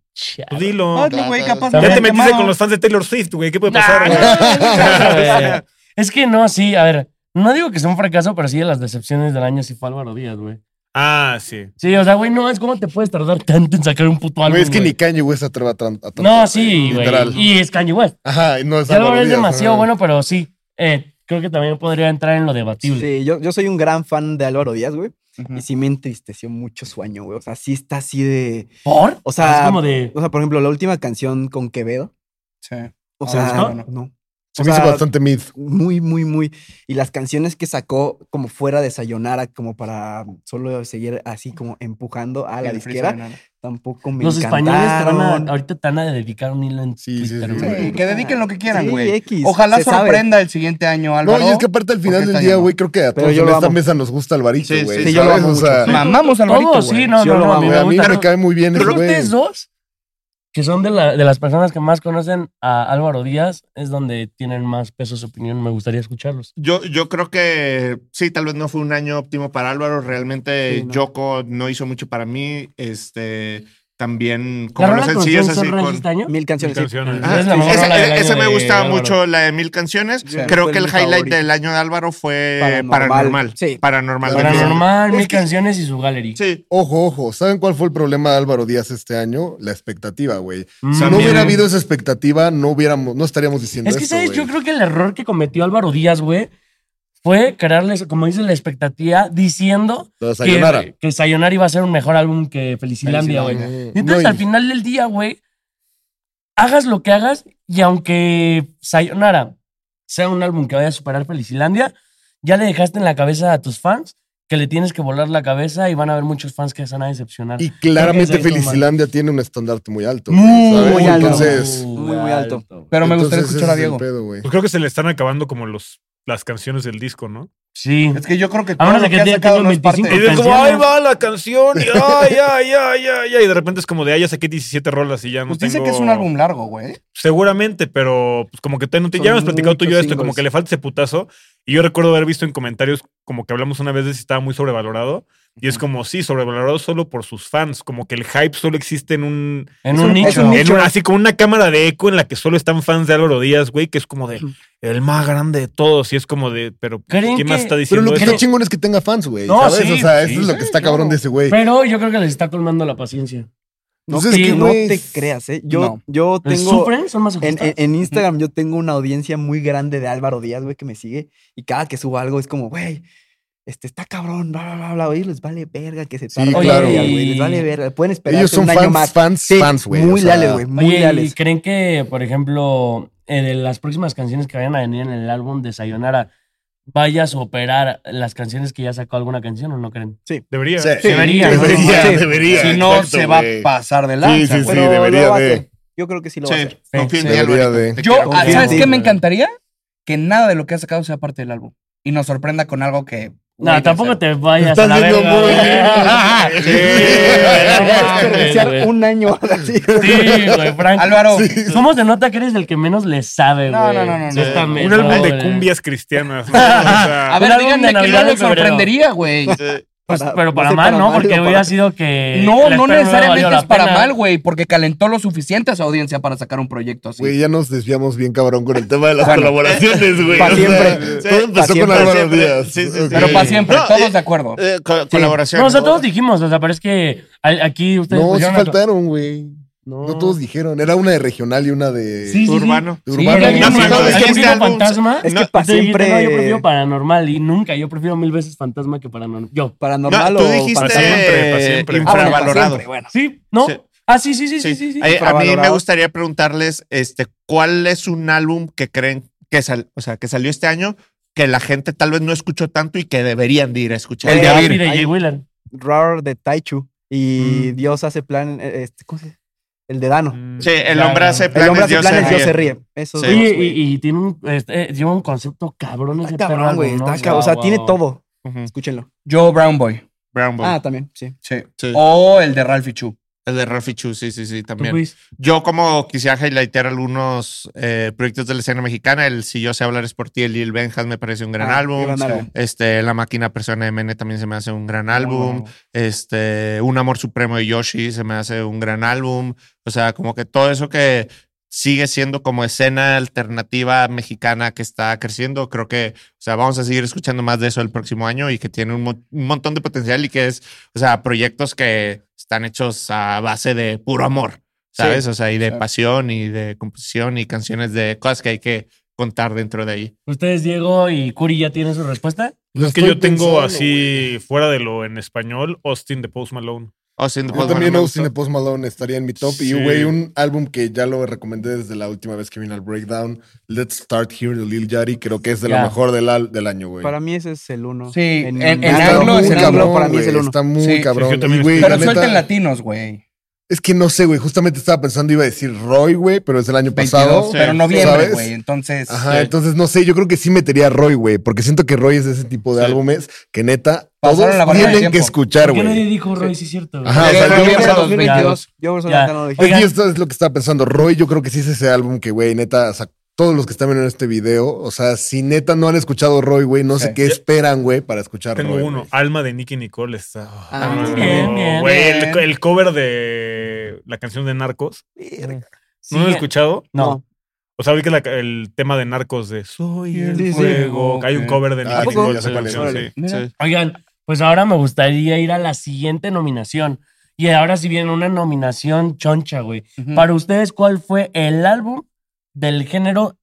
Tú Pues
<laughs>
dilo.
Hazle, güey, capaz
Ya
Ya
me
te metiste
quemaron.
con los fans de Taylor Swift, güey. ¿Qué puede
Nah,
pasar? güey?
no, no, no, no, Es que no, sí, a ver, no digo que sea un fracaso, pero sí de las decepciones del año sí fue Álvaro Díaz, güey.
Ah, sí.
Sí, o sea, güey, no, es cómo te puedes tardar tanto en sacar un puto álbum.
Güey, es que
güey?
ni Kanye West se atreve a tran- a tanto,
No, sí, güey.
literal.
Y es Kanye West.
Ajá, no es
Y Álvaro es
Díaz,
demasiado
ajá.
bueno, pero sí, eh, creo que también podría entrar en lo debatible.
Sí, yo, yo soy un gran fan de Álvaro Díaz, güey.
Ujú.
Y sí me entristeció mucho su año, güey. O sea, sí está así de.
¿Por?
O
Ah,
sea,
es como de.
O sea, por ejemplo, la última canción con Quevedo.
Sí.
O
Ah,
sea,
¿no?
no.
Se
O
me hizo
sea,
bastante mid.
Muy, muy, muy. Y las canciones que sacó como fuera de Sayonara, como para solo seguir así como empujando a la
El Freezer
disquera,
Enano.
tampoco me
Los españoles te van a-
encantaron.
ahorita te van a dedicar un hilo en
Sí, sí,
Twitter,
sí,
güey.
Sí, que dediquen lo que quieran,
Sí,
güey.
X,
Ojalá
se sabe.
sorprenda el siguiente año, Álvaro.
No, y es que aparte al final
qué
del
está
día,
llamando?
güey, creo que a
Pero
todos
yo
en
lo
esta
amo.
mesa nos gusta Alvarito,
Sí,
güey.
sí,
sí, yo lo
¿sabes?
amo
O sea,
mucho.
Mamamos al barito,
Todos, sí, no,
Yo
no,
lo
no,
amo,
a mí
güey,
me
a mí
gusta.
me cae muy bien
Pero
ese güey.
ustedes dos, que son de, la- de las personas que más conocen a Álvaro Díaz, es donde tienen más peso su opinión. Me gustaría escucharlos.
Yo, yo creo que sí, tal vez no fue un año óptimo para Álvaro. Realmente
Sí, no.
Yoko no hizo mucho para mí. Este, también
¿La
como los
rola con
sencillos
Son
así
Reyes
con...
este año?
Mil canciones. sí.
Canciones.
Ah,
Ajá,
es la
sí,
mejor
ese-
rola del
ese
año
me
de
gusta
Álvaro.
mucho, la de Mil Canciones.
Sí.
Creo
Fue
que el
mi
highlight
favorito.
del año de Álvaro fue
Paranormal.
Paranormal.
Sí.
Paranormal. definitivamente.
Paranormal,
Es
mil
que-
canciones y su gallery.
Sí.
Ojo, ojo. ¿Saben cuál fue el problema de Álvaro Díaz este año? La expectativa, güey.
Mm.
Si no
También.
hubiera habido esa expectativa, no hubiéramos, no estaríamos diciendo
Es que,
esto,
¿sabes?
güey.
Yo creo que el error que cometió Álvaro Díaz, güey, fue crearles, como dices, la expectativa diciendo
La de Sayonara.
que, que Sayonara iba a ser un mejor álbum que Felicilandia, güey. Y entonces
No, y-
al final del día, güey, hagas lo que hagas y aunque Sayonara sea un álbum que vaya a superar Felicilandia, ya le dejaste en la cabeza a tus fans que le tienes que volar la cabeza y van a haber muchos fans que se van a decepcionar.
Y claramente
Creo que es ahí,
Felicilandia tiene un estandarte muy alto. güey, ¿sabes?
Muy alto.
Entonces,
muy, muy alto.
Pero me gustaría
entonces
escuchar a
ese es
Diego.
el pedo, güey.
Pues creo que se le están acabando como los, las canciones del disco, ¿no?
Sí.
Es que yo creo que
A
todo
menos
lo
de
que,
que
ha
te-
sacado
tenga
no es parte
25
Y
de-
es como,
canciones.
ahí va la canción, y ay, ay, ay, ay, ay. Y de repente es como de, ay, ya saqué 17 rolas y ya no
Pues dice
tengo-
que es un álbum largo, güey.
Seguramente, pero pues como que te, no te-
Son
ya hemos platicado tú y yo de
muchos
esto, como
singles.
que le falta ese putazo. Y yo recuerdo haber visto en comentarios como que hablamos una vez de si estaba muy sobrevalorado. Y es como, sí, sobrevalorado solo por sus fans. Como que el hype solo existe en un...
En
Es
un
un-
nicho.
es un nicho.
en un- así como una cámara de eco en la que solo están fans de Álvaro Díaz, güey, que es como de... El más grande de todos. Y es como de... Pero pues,
¿Creen
¿quién más
que-
está
Pero
diciendo
lo que
eso?
está chingón es que tenga fans, güey.
No,
¿Sabes?
sí,
o sea,
sí,
eso es lo que
sí,
está
claro.
cabrón de ese güey.
Pero yo creo que les está colmando la paciencia.
No,
Pues es
te,
que,
no
güey,
te creas, ¿eh? Yo,
no.
yo tengo.
¿Sufren? ¿Son más
En,
en,
en- en Instagram yo tengo una audiencia muy grande de Álvaro Díaz, güey, que me sigue. Y cada que subo algo es como, güey, este está cabrón, bla, bla, bla, bla. Oye, les vale verga que se
Sí,
tarde.
claro.
güey, les vale verga. Pueden esperar
Ellos son
un año
fans,
más.
fans,
Sí,
fans, güey.
Muy
o sea,
leales, güey, muy
Oye, ¿y
leales.
creen que, por ejemplo, eh, de las próximas canciones que vayan a venir en el álbum de Sayonara, vaya a superar las canciones que ya sacó alguna canción o no creen?
Debería.
Sí.
Debería, ¿no?
Debería,
Sí.
debería.
Si no,
exacto,
se va
güey.
a pasar de lanza.
Sí, sí,
güey.
sí,
lo
debería
va a
de.
hacer. Yo creo que sí lo va a hacer. <laughs>
Sí, confío en ti,
Sí.
Debería
Alvarito.
de.
Te
Yo,
quiero
ah,
mucho.
¿sabes
sí,
qué me
güey.
encantaría? Que nada de lo que ha sacado sea parte del álbum. Y nos sorprenda con algo que...
No,
güey,
tampoco
no sé.
te vayas
Estás
a la
viendo
verga,
muy
güey. <laughs>
bien.
Sí, güey, no mames,
<laughs>
Desperdiciar
güey.
un año
Pues,
así.
Sí, güey, Frank.
Álvaro,
Somos de nota que eres el que menos le sabe, güey.
No, no, no, no, no.
Neta,
Un álbum de
güey.
cumbias
<laughs>
cristianas. ¿no? O sea,
a ver,
Un álbum de
díganme que
Navidad
no
en
le
febrero.
sorprendería, güey.
eh,
Pues,
Para-
pero
no
para
sé,
mal,
para
¿no?
mal,
Porque
digo, para-
hubiera sido que...
No,
la
no
espera hubiera
necesariamente
valido la
es para
pena.
mal, güey, porque calentó lo suficiente a su audiencia para sacar un proyecto así.
Güey, ya nos desviamos bien cabrón con el tema de las
Bueno.
colaboraciones, güey.
Pa'
O sea,
siempre.
Todo empezó
Pa'
con
siempre.
Álvaro
siempre.
Díaz.
Sí, sí, sí.
Ok.
Pero para siempre,
No,
todos
eh,
de acuerdo.
Eh, co- Colaboración.
No, o sea, todos dijimos, o sea, pero es que al- aquí ustedes
No, sí
pusieron a-
faltaron, güey.
No,
No todos dijeron. Era una de regional y una de
Sí, sí, sí.
Urbano.
Sí,
urbano.
alguien
No,
dijo-
sí, no, es que
alguien
este
dijo
álbum-
fantasma.
Es
No,
que para
Yo dije,
siempre.
no, yo prefiero paranormal y nunca. Yo prefiero mil veces fantasma que paranormal. Yo.
Paranormal
no,
o
tú dijiste
para siempre, para
eh,
siempre.
Ah, bueno, para
infravalorado.
siempre, bueno.
Sí, ¿no?
Sí.
Ah, sí, sí, sí,
Sí.
sí, sí. sí.
Eh, a mí me
infravalorado.
gustaría preguntarles este, cuál es un álbum que creen que, sal- o sea, que salió este año que la gente tal vez no escuchó tanto y que deberían de ir a escuchar.
El de
Eh,
Happy
Avir.
de Jay
Ahí-
Wheeler.
Rar de Taichu
Mm.
y Dios hace plan, eh, este, ¿cómo se dice? El de Dano.
Sí, el hombre hace
El hombre
planes,
hace
Dios
planes,
se
Dios se
ríe.
ríe. Eso
Sí.
Oye,
Todos,
y, y tiene un, este, lleva un concepto cabrón ese
Está
perro
cabrón, güey.
álbum, ¿no?
está cabrón. O sea,
Wow,
tiene
wow.
todo.
Ujú.
Escúchenlo.
Joe Brown Boy.
Brown Boy.
Ah, oh. también, sí.
Sí.
Sí.
O el de Ralphie Chu.
El de Rafi Chu, sí, sí, sí,
¿Tú,
también.
Luis?
Yo como quisiera highlightar algunos eh, proyectos de la escena mexicana, el Si yo sé hablar es por ti, el Lil Benjas me parece un gran
Ah,
álbum.
gran álbum.
Este, La máquina persona MN también se me hace un
Oh.
gran álbum. Este, Un amor supremo de Yoshi se me hace un gran álbum. O sea, como que todo eso que sigue siendo como escena alternativa mexicana que está creciendo, creo que, o sea, vamos a seguir escuchando más de eso el próximo año y que tiene un, mo- un montón de potencial y que es, o sea, proyectos que están hechos a base de puro amor, ¿sabes? o sea, y de
Claro.
pasión y de composición y canciones de cosas que hay que contar dentro de ahí.
Ustedes, Diego y Curi, ya tienen su respuesta.
Pues es que
Estoy
yo tengo
pensando,
así, fuera de lo en español, Austin de Post Malone.
Austin de
Yo
Post Malone
también
pues, me
Austin de
gustó.
Post Malone estaría en mi top.
Sí.
Y, güey, un álbum que ya lo recomendé desde la última vez que vine al Breakdown, Let's Start Here de Lil Yachty, creo que es de
Ya.
lo mejor del, al- del año, güey.
Para mí ese es el uno.
Sí, en- en
Está
anglo
muy
es el
cabrón,
anglo,
para mí es
güey,
el uno.
Está muy
Sí, sí,
cabrón.
yo también
Y, güey,
estoy-
Pero
la
suelten
neta,
latinos, güey.
Es que no sé, güey. Justamente estaba pensando, iba a decir Roy, güey, pero es del año
22,
pasado.
pero noviembre,
¿sabes?
güey. Entonces,
Ajá,
Sí.
entonces no sé, yo creo que sí metería a Roy, güey, porque siento que Roy es de ese tipo de
Sí.
álbumes que neta
Pasaron
todos
la barrera del
tienen que
tiempo.
escuchar,
Porque nadie
güey.
dijo Roy, sí es cierto. güey.
Ajá, o sea,
Pero
yo
bien
creo que-
para
2022. Yo por eso
Ya.
ya no lo dije.
Es
Oigan.
que esto es lo que estaba pensando. Roy, yo creo que sí es ese álbum que, güey, neta, o sea, todos los que están viendo este video, o sea, si neta no han escuchado Roy, güey, no
Sí.
sé qué esperan, güey, para escuchar
Tengo
Roy.
uno, Alma de Nicky Nicole. Está.
Ah,
No,
bien, bien,
güey, el-
bien.
El, cover de la canción de Narcos.
Sí,
¿No lo he escuchado?
No.
O sea, vi que la- el tema de Narcos de Soy el
Sí, sí.
fuego. Hay un
Ok.
cover de
Ah,
Nicky
poco?
Nicole.
Ya sé cuál es.
sí,
Órale.
sí.
mira,
Sí.
Oigan, pues ahora me gustaría ir a la siguiente nominación. Y ahora sí viene una nominación choncha, güey.
ujú.
Para ustedes, ¿cuál fue el álbum del género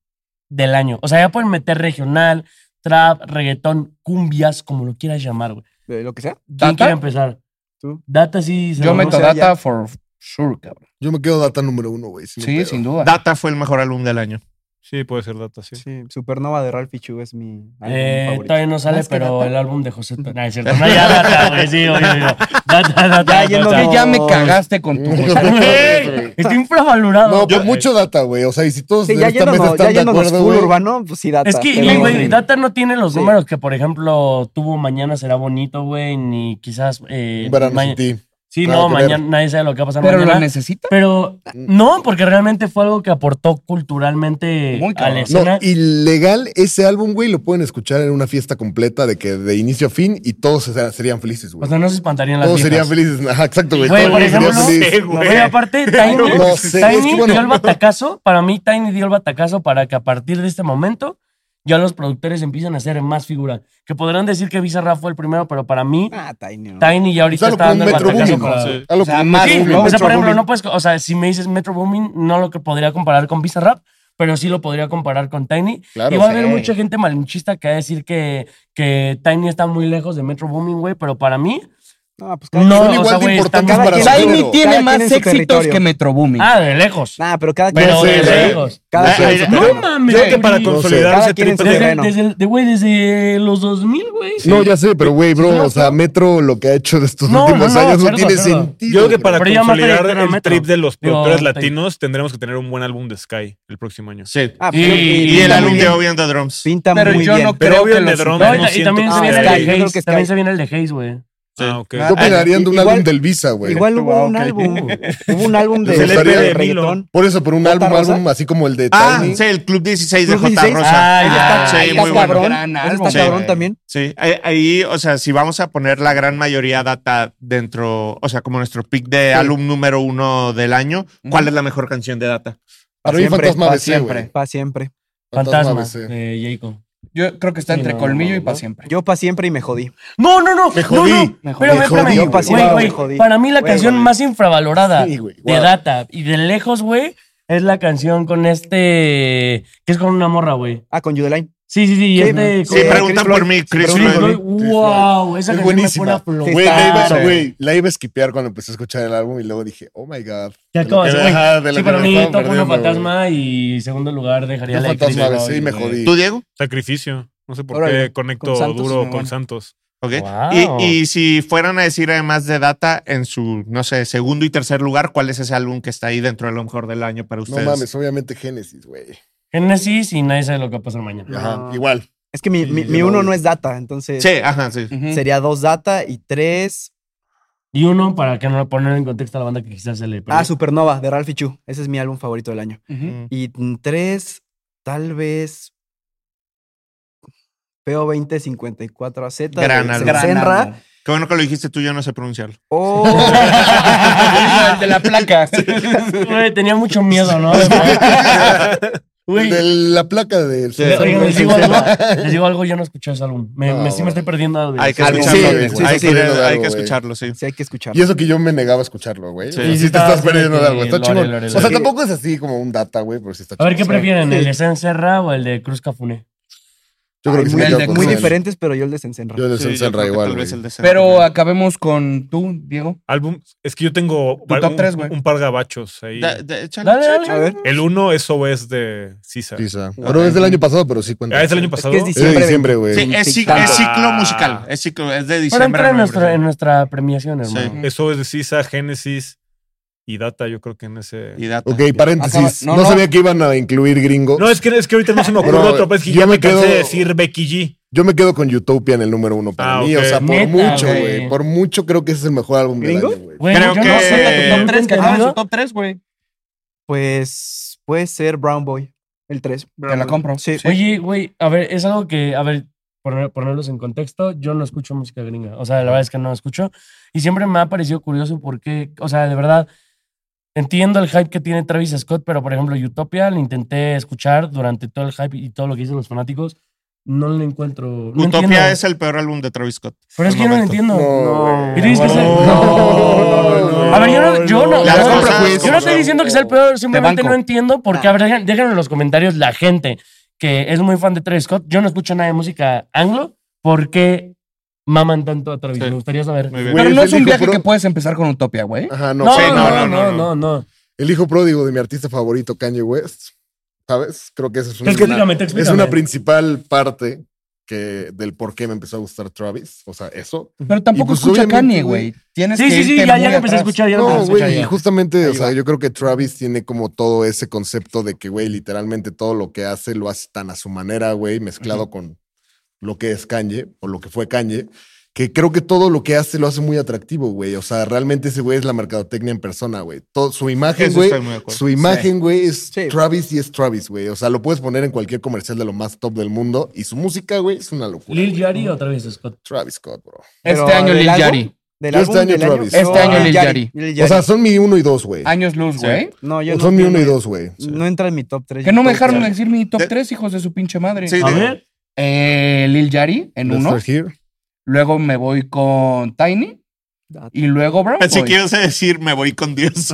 del año? O sea, ya pueden meter regional, trap, reggaetón, cumbias, como lo quieras llamar, güey.
Eh, Lo que sea.
¿Quién
¿Data?
quiere empezar?
Tú.
Data sí. se
Yo
lo
meto
vamos a-
sea,
data
ya.
for sure, cabrón.
Yo me quedo data número uno, güey. sin
Sí,
pedo.
sin duda.
Data fue el mejor álbum del año.
Sí, puede ser data, sí.
Sí, Supernova de Ralphie Chu es mi álbum
Eh,
favorito.
todavía no sale,
Más que
pero
Data.
el álbum de José. No, es cierto. No, ya data, güey. Sí, oye, oye. Data, data.
Ya, yendo
data.
Que ya me cagaste con tu
No,
<laughs> Güey, Está infravalorado.
No,
Yo-
por mucho data, güey. O sea, y si todos
Sí,
en
ya
esta mesa
yéndonos, ya
están de
yéndonos
acuerdo,
full
güey.
urbano, pues sí, data.
Es que,
pero-
y, güey, Data no tiene los
Sí.
números que, por ejemplo, tuvo Mañana Será Bonito, güey, ni quizás... Eh,
Un verano
maña-
sin ti.
Sí,
Nada
no,
que
mañana
ver.
nadie sabe lo que va a pasar
Pero lo
mañana.
necesita.
pero
Mm.
no, porque realmente fue algo que aportó culturalmente
Muy
a
cabrón.
la
No,
escena.
No, ilegal ese álbum, güey, lo pueden escuchar en una fiesta completa de que de inicio a fin y todos se- serían felices, güey.
o sea, no se espantarían las
todos serían
viejas.
felices. <laughs> Ajá, exacto, güey.
Güey,
Todo
por
el mundo sería
ejemplo,
feliz.
Güey, aparte, Tiny,
No sé,
Tiny
es que, bueno.
dio el batacazo. Para mí, Tiny dio el batacazo para que a partir de este momento ya los productores empiezan a ser más figura. Que podrán decir que Bizarra fue el primero, pero para mí,
Ah, Tiny, no.
Tiny ya ahorita
Algo
está
como
dando
un
el
Pues metro
batacazo
booming.
para...
¿no? Algo
O sea,
como un
más
Ah, Metro
booming,
Booming.
O sea,
Metro
por ejemplo,
Boomin.
no puedes, o sea, si me dices Metro Booming, no lo que podría comparar con Bizarrap, pero sí lo podría comparar con Tiny.
Claro,
y va a
sí.
haber mucha gente malinchista que va a decir que, que Tiny está muy lejos de Metro Booming, güey, pero para mí,
No, pues cada
no,
quien-
igual
o sea,
de
güey, está
importantes
muy-
para
Cada quien-
nosotros.
Tiny
Pero-
tiene
cada
más
quien en su
éxitos
territorio.
que Metro Booming.
Ah, de lejos.
Nah, pero cada quien.
pero
sí,
de
sí.
lejos.
Cada
Ah,
quien en
ahí-
su
No
terreno.
mames.
Yo creo que para
güey.
No sé.
consolidar
Cada
ese
quien en su
triple-
desde,
terreno.
desde el- de, güey, desde los 2000, güey.
No, ya sé, pero güey, bro, o sea, Metro lo que ha hecho de estos
No,
últimos
no, no,
años no
cerdo,
tiene
cerdo.
sentido.
Yo creo que
bro.
para
Pero ya más
consolidar
trayectoria
el
metro.
trip de los
Digo,
productores
te-
latinos, tendremos que tener un buen álbum de Sky el próximo año.
Sí.
Ah,
Y-
pero-
y
Y el
pinta
álbum
álbum
muy
de
bien.
Obvio and the Drums.
Pinta
Pero
muy
yo
bien.
no
Pero
creo
obvio
que
el de
los
Drums
No,
no,
y, ta- y
siento
también,
que
se
Ah,
viene
sea de-
el
Sky, yo
de
creo
Haze,
que
también
Sky.
se viene el de Haze, güey.
Ah, ok.
¿Qué opinarían de un
Igual-
álbum del Visa, güey?
Igual hubo
Ah,
un
ok.
álbum. Hubo un álbum
<laughs>
de,
Pues el
de
EP de
reggaetón.
Por eso, por un
¿Jota
álbum,
Rosa?
álbum así como el de
Ah,
Tiny.
sí, el Club 16 de J.
Club 16.
Rosa.
Ah,
Sí,
está
muy bueno.
cabrón.
Gran
Ese
álbum,
Está cabrón
güey.
también.
Sí, ahí- ahí, o sea, si vamos a poner la gran mayoría data dentro, o sea, como nuestro pick de álbum número uno del año, ¿cuál
Ujú.
es la mejor canción de data?
Para mí,
Siempre,
Fantasma
pa'
BC,
siempre.
güey.
Para siempre.
Fantasma
BC.
de Jacob.
Yo creo que está
Sí,
entre
no,
colmillo
no,
y
no.
para siempre.
Yo para siempre y me jodí.
No, no, no.
Me
no, no.
jodí.
Me jodí.
Espérame,
Me
espérame. Güey,
jodí, güey.
güey,
Wow, me jodí.
Para mí la
Güey,
canción
jodí.
más infravalorada
Sí, güey,
de
wow.
Data y de lejos, güey, es la canción con este. que es con una morra, güey.
Ah, con Judeline.
Sí, sí, sí. y
Sí,
este,
Sí,
Sí, eh,
preguntan
Chris
por mí, Chris
Chris
Floyd.
Floyd.
Wow, esa canción
Es
me pone
buenísima.
a flor.
Sí,
Güey, la iba,
Está-
güey, la iba a esquipear cuando empecé a escuchar el álbum y luego dije, oh my God.
¿Qué
De lo
acabas
que-
de hacer?
ajá, de lo
Sí,
que
para
me
mí
estaba
toca una
perdiendo, güey.
fantasma y segundo lugar dejaría
Un
la de Chris
fantasma,
Brown,
sí, me
güey.
jodí.
¿Tú, Diego?
Sacrificio. No sé por
Órale,
qué conecto
con Santos,
duro
muy
con
bueno.
Santos.
Ok.
Wow.
Y, y si fueran a decir además de Data en su, no sé, segundo y tercer lugar, ¿cuál es ese álbum que está ahí dentro de lo mejor del año para
No
ustedes?
mames, obviamente Génesis, güey.
Genesis y nadie sabe lo que va a pasar mañana.
Ajá,
No.
igual.
Es que mi,
Sí,
mi-
yo
mi
no
uno
vi.
no es data, entonces
Sí, ajá, sí.
Ujú.
sería dos data y tres.
Y uno, para que no poner en contexto a la banda que quizás se le perdió.
Ah, Supernova de Ralphie Chu. Ese es mi álbum favorito del año.
Ujú.
Y mm, tres, tal vez. PO 2054 AZ. de
Gran álbum.
Gran
Senra,
álbum.
Qué bueno que lo dijiste tú, yo no sé pronunciarlo.
O.
<laughs>
El de la placa.
Güey, tenía mucho miedo,
<laughs>
¿no? Güey,
De la placa del.
Sí.
les- oigan, les digo
Sí.
algo, les digo algo, yo no escuché ese álbum. Me,
No,
me- sí me
bueno.
estoy perdiendo algo.
Hay que
Pues, Algo
escucharlo.
sí,
güey.
sí, sí,
hay,
sí,
que,
sí,
hay que
güey.
escucharlo, sí.
Sí, hay que escuchar.
Y eso que yo me negaba a escucharlo, güey.
Sí.
Sí,
Sí,
sí,
sí
te
estaba
estás perdiendo
así de
de algo. Está
que
chingón.
lore, lore,
O sea,
lore.
tampoco es así como un data, güey, pero sí está
A
chingón.
ver, ¿qué
Sí.
prefieren? ¿El
Sí.
de Sen Serra o el de Cruz Cafuné?
Yo creo que
Ay,
sí
muy,
me quedo con
muy
Senra.
diferentes, pero yo el de Sensenra.
Yo le
Sí,
soy
yo creo
Senra
que
igual.
tal
güey.
vez el de Senra,
Pero
güey.
acabemos con tú, Diego.
Álbum. Es que yo tengo
Tu top
un,
tres, güey.
un par gabachos ahí.
Da- da- échale,
Dale,
échale.
dale.
A ver.
El uno es OS de Cisa.
Sí, sí. Bueno, es del año pasado, pero sí cuenta.
Ah, es el año
Es
pasado.
Es que es
de
Siempre-
diciembre, güey.
Sí, es, cic-
Ah.
es ciclo musical. Es ciclo, es de
Pero
diciembre.
entra
a
en, nuestra- en
noviembre.
nuestra premiación, hermano.
Sí.
Eso es de Sisa, Génesis y Data, yo creo que en ese.
Y data.
Ok, paréntesis.
Acaba- no,
no,
no.
sabía que iban a incluir gringo.
No, es que, es que ahorita no
<laughs>
se me ocurre
Bro,
otro, pues que
yo
ya
me
me cansé
quedo-
de decir Becky G.
Yo me quedo con Utopia en el número uno para
Ah,
mí.
ok.
O sea, por
Neta,
mucho,
güey.
güey. Por mucho creo que ese es el mejor álbum del
¿Gringo?
año, güey.
Güey,
Creo
yo
que-
no sé.
Top
¿no
tres,
te he
ah, su
entendido?
top 3, güey.
Pues puede ser Brown Boy, el 3.
Te la compro.
Sí.
Oye, güey, a ver, es algo que, a ver, poner- ponerlos en contexto, yo no escucho música gringa, o sea, la verdad es que no escucho, y siempre me ha parecido curioso porque, o sea, de verdad, entiendo el hype que tiene Travis Scott, pero por ejemplo, Utopia, lo intenté escuchar durante todo el hype y todo lo que dicen los fanáticos, no lo encuentro. no entiendo.
Utopia es el peor álbum de Travis Scott.
Pero es
Por
que yo no lo
momento.
entiendo.
No,
Y tienes que
güey.
ser-
No, no, no,
A ver, yo no, yo no,
La
yo no-
compro,
yo
pues.
no estoy diciendo que sea el peor, simplemente
banco.
no entiendo porque, a ver, dejen- déjenme en los comentarios la gente que es muy fan de Travis Scott. Yo no escucho nada de música anglo. ¿Por qué maman tanto a Travis?
Sí.
Me gustaría saber.
Muy bien.
Güey,
Pero no
él
es un
dijo,
viaje
bro.
que puedes empezar con Utopia, güey.
Ajá, no.
No,
sí,
no,
no,
no,
no,
no, no,
no.
El hijo pródigo de mi artista favorito, Kanye West. ¿Sabes? Creo que esa es una,
Es que explícame, te
es
explícame.
una principal parte que, del por qué me empezó a gustar Travis. O sea, eso.
Pero tampoco
pues,
escucha
obviamente,
Kanye,
güey.
güey. Tienes
Sí,
que
sí, sí,
irte
ya,
muy
ya lo empecé a
atrás.
escuchar. Ya lo
No,
empecé a escuchar
güey, y
ya.
justamente,
Ahí
o sea,
va.
yo creo que Travis tiene como todo ese concepto de que, güey, literalmente todo lo que hace lo hace tan a su manera, güey, mezclado con lo que es Kanye o lo que fue Kanye, que creo que todo lo que hace lo hace muy atractivo, güey. O sea, realmente ese güey es la mercadotecnia en persona, güey. Todo- Su imagen,
Eso
güey,
estoy muy de acuerdo.
su imagen, güey, es
Sí.
Travis y es Travis, güey. O sea, lo puedes poner en cualquier comercial de lo más top del mundo y su música, güey, es una locura.
¿Lil
güey.
Yari o Travis Scott?
Travis Scott, bro.
Este
Pero,
año
¿del
Lil
álbum?
Yari.
Del
Yo
álbum
este año
del
Travis.
Yo,
Este año
ah,
Lil Yari.
Lil
O
Yari.
sea, son mi uno y dos, güey.
Años luz, güey.
no, yo no
son mi
entiendo.
uno y dos, güey. Sí.
No entra en mi top 3.
Que no me dejaron decir mi top
De-
3, hijos de su pinche madre.
Sí,
A
de-
ver.
Eh, Lil Yari en
Let's
uno.
Start Here.
<laughs> Luego me voy con Tiny.
<laughs>
Y luego Brown
Pensé
Boy.
que ibas a decir, me voy con Dios.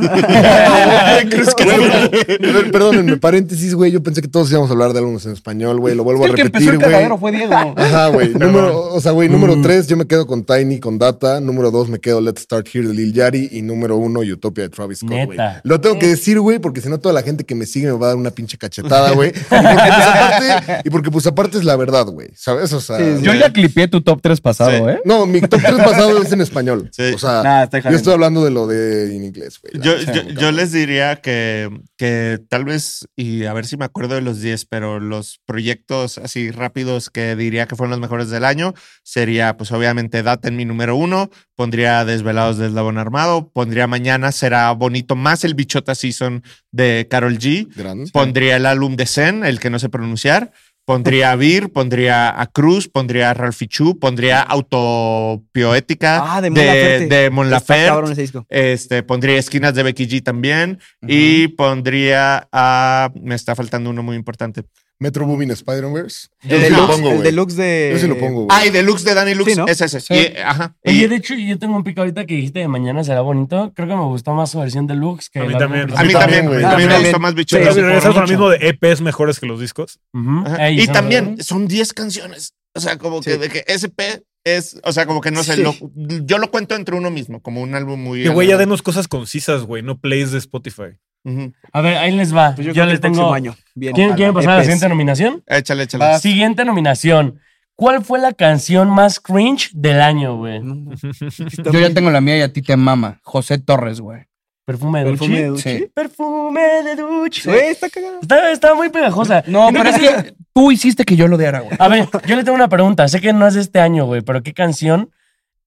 Cruz
Güey,
Cafuné.
pero- pero- Perdónenme, paréntesis, güey. Yo pensé que todos íbamos a hablar de álbumes en español, güey. Lo vuelvo a
el que empezó
repetir,
el cagadero
güey.
fue Diego.
Ajá,
<laughs>
güey.
Perdón.
Número- O sea, güey, número
Mm.
tres, yo me quedo con Tiny, con Data. Número dos, me quedo Let's Start Here de Lil Yari. Y número uno, Utopia de Travis Scott, güey.
Neta.
Lo tengo que decir, güey, porque si no, toda la gente que me sigue me va a dar una pinche cachetada, güey. Y porque, pues,
<laughs>
aparte- Y porque, pues, aparte es la verdad, güey. ¿Sabes? O sea.
Sí, sí.
Yo ya clipeé tu top 3 pasado,
Sí.
¿eh?
No, mi top tres pasado es en español.
Sí.
O sea,
Nada, está
yo estoy hablando de lo de en inglés, güey. La
Yo,
neta,
yo,
cabrón.
yo les diría que, que tal vez, y a ver si me acuerdo de los 10, pero los proyectos así rápidos que diría que fueron los mejores del año sería, pues obviamente, Data en mi número uno, pondría Desvelados del Labón Armado, pondría Mañana será bonito más el Bichota Season de Carol G,
Gran.
pondría el álbum de Zen, el que no sé pronunciar,
<laughs>
pondría a Vir, pondría a Cruz, pondría a Ralphie Chu, pondría Autopioética
Ah, de Mon
de,
Laferte.
de Mon
Está
Laferte.
cabrón ese disco.
Este, pondría esquinas de Becky G también. Y pondría a. Me está faltando uno muy importante.
Metro Boomin Spider-Verse. Yo
El
sí lo
deluxe,
pongo,
el
güey.
deluxe de. pues
Yo sí lo pongo, güey.
Ah, y Deluxe de Danny Lux.
Sí, ¿no?
Es ese.
Sí.
Y, ajá.
Oye,
Y-
de hecho, yo tengo un pico ahorita que dijiste de mañana será bonito. Creo que me gustó más su versión deluxe que
A mí
la-
también.
a mí también,
güey.
güey. A mí me
También.
gustó más
Sí,
Bichos.
Pero sí,
regresamos
por
a lo mismo de EPs mejores que los discos.
Ujú.
Ajá.
Ey,
y
¿sabes?
también son 10 canciones. O sea, como que, de que SP es, o sea, como que no sé,
Sí.
lo- yo lo cuento entre uno mismo, como un álbum muy...
Que güey, ya denos cosas concisas, güey, no plays de
<laughs>
Spotify. <laughs>
Ujú.
A ver, ahí les va.
Pues
yo
creo
les
que el próximo
tengo.
año. Bien.
¿Quieren, quieren pasar a la
EPs.
siguiente nominación?
Échale, échale.
Vas.
Siguiente nominación. ¿Cuál fue la canción más cringe del año, güey?
No,
<laughs>
no.
Yo ya tengo la mía y a ti te mama. José Torres, güey.
Perfume de
Perfume de
Duchi.
Duchi.
Sí.
Perfume de Duchi.
Güey, está cagado.
Está, está muy pegajosa.
No,
Creo
pero es que tú hiciste que yo lo odiara, güey.
A ver, yo le tengo una pregunta. Sé que no es de este año, güey, pero ¿qué canción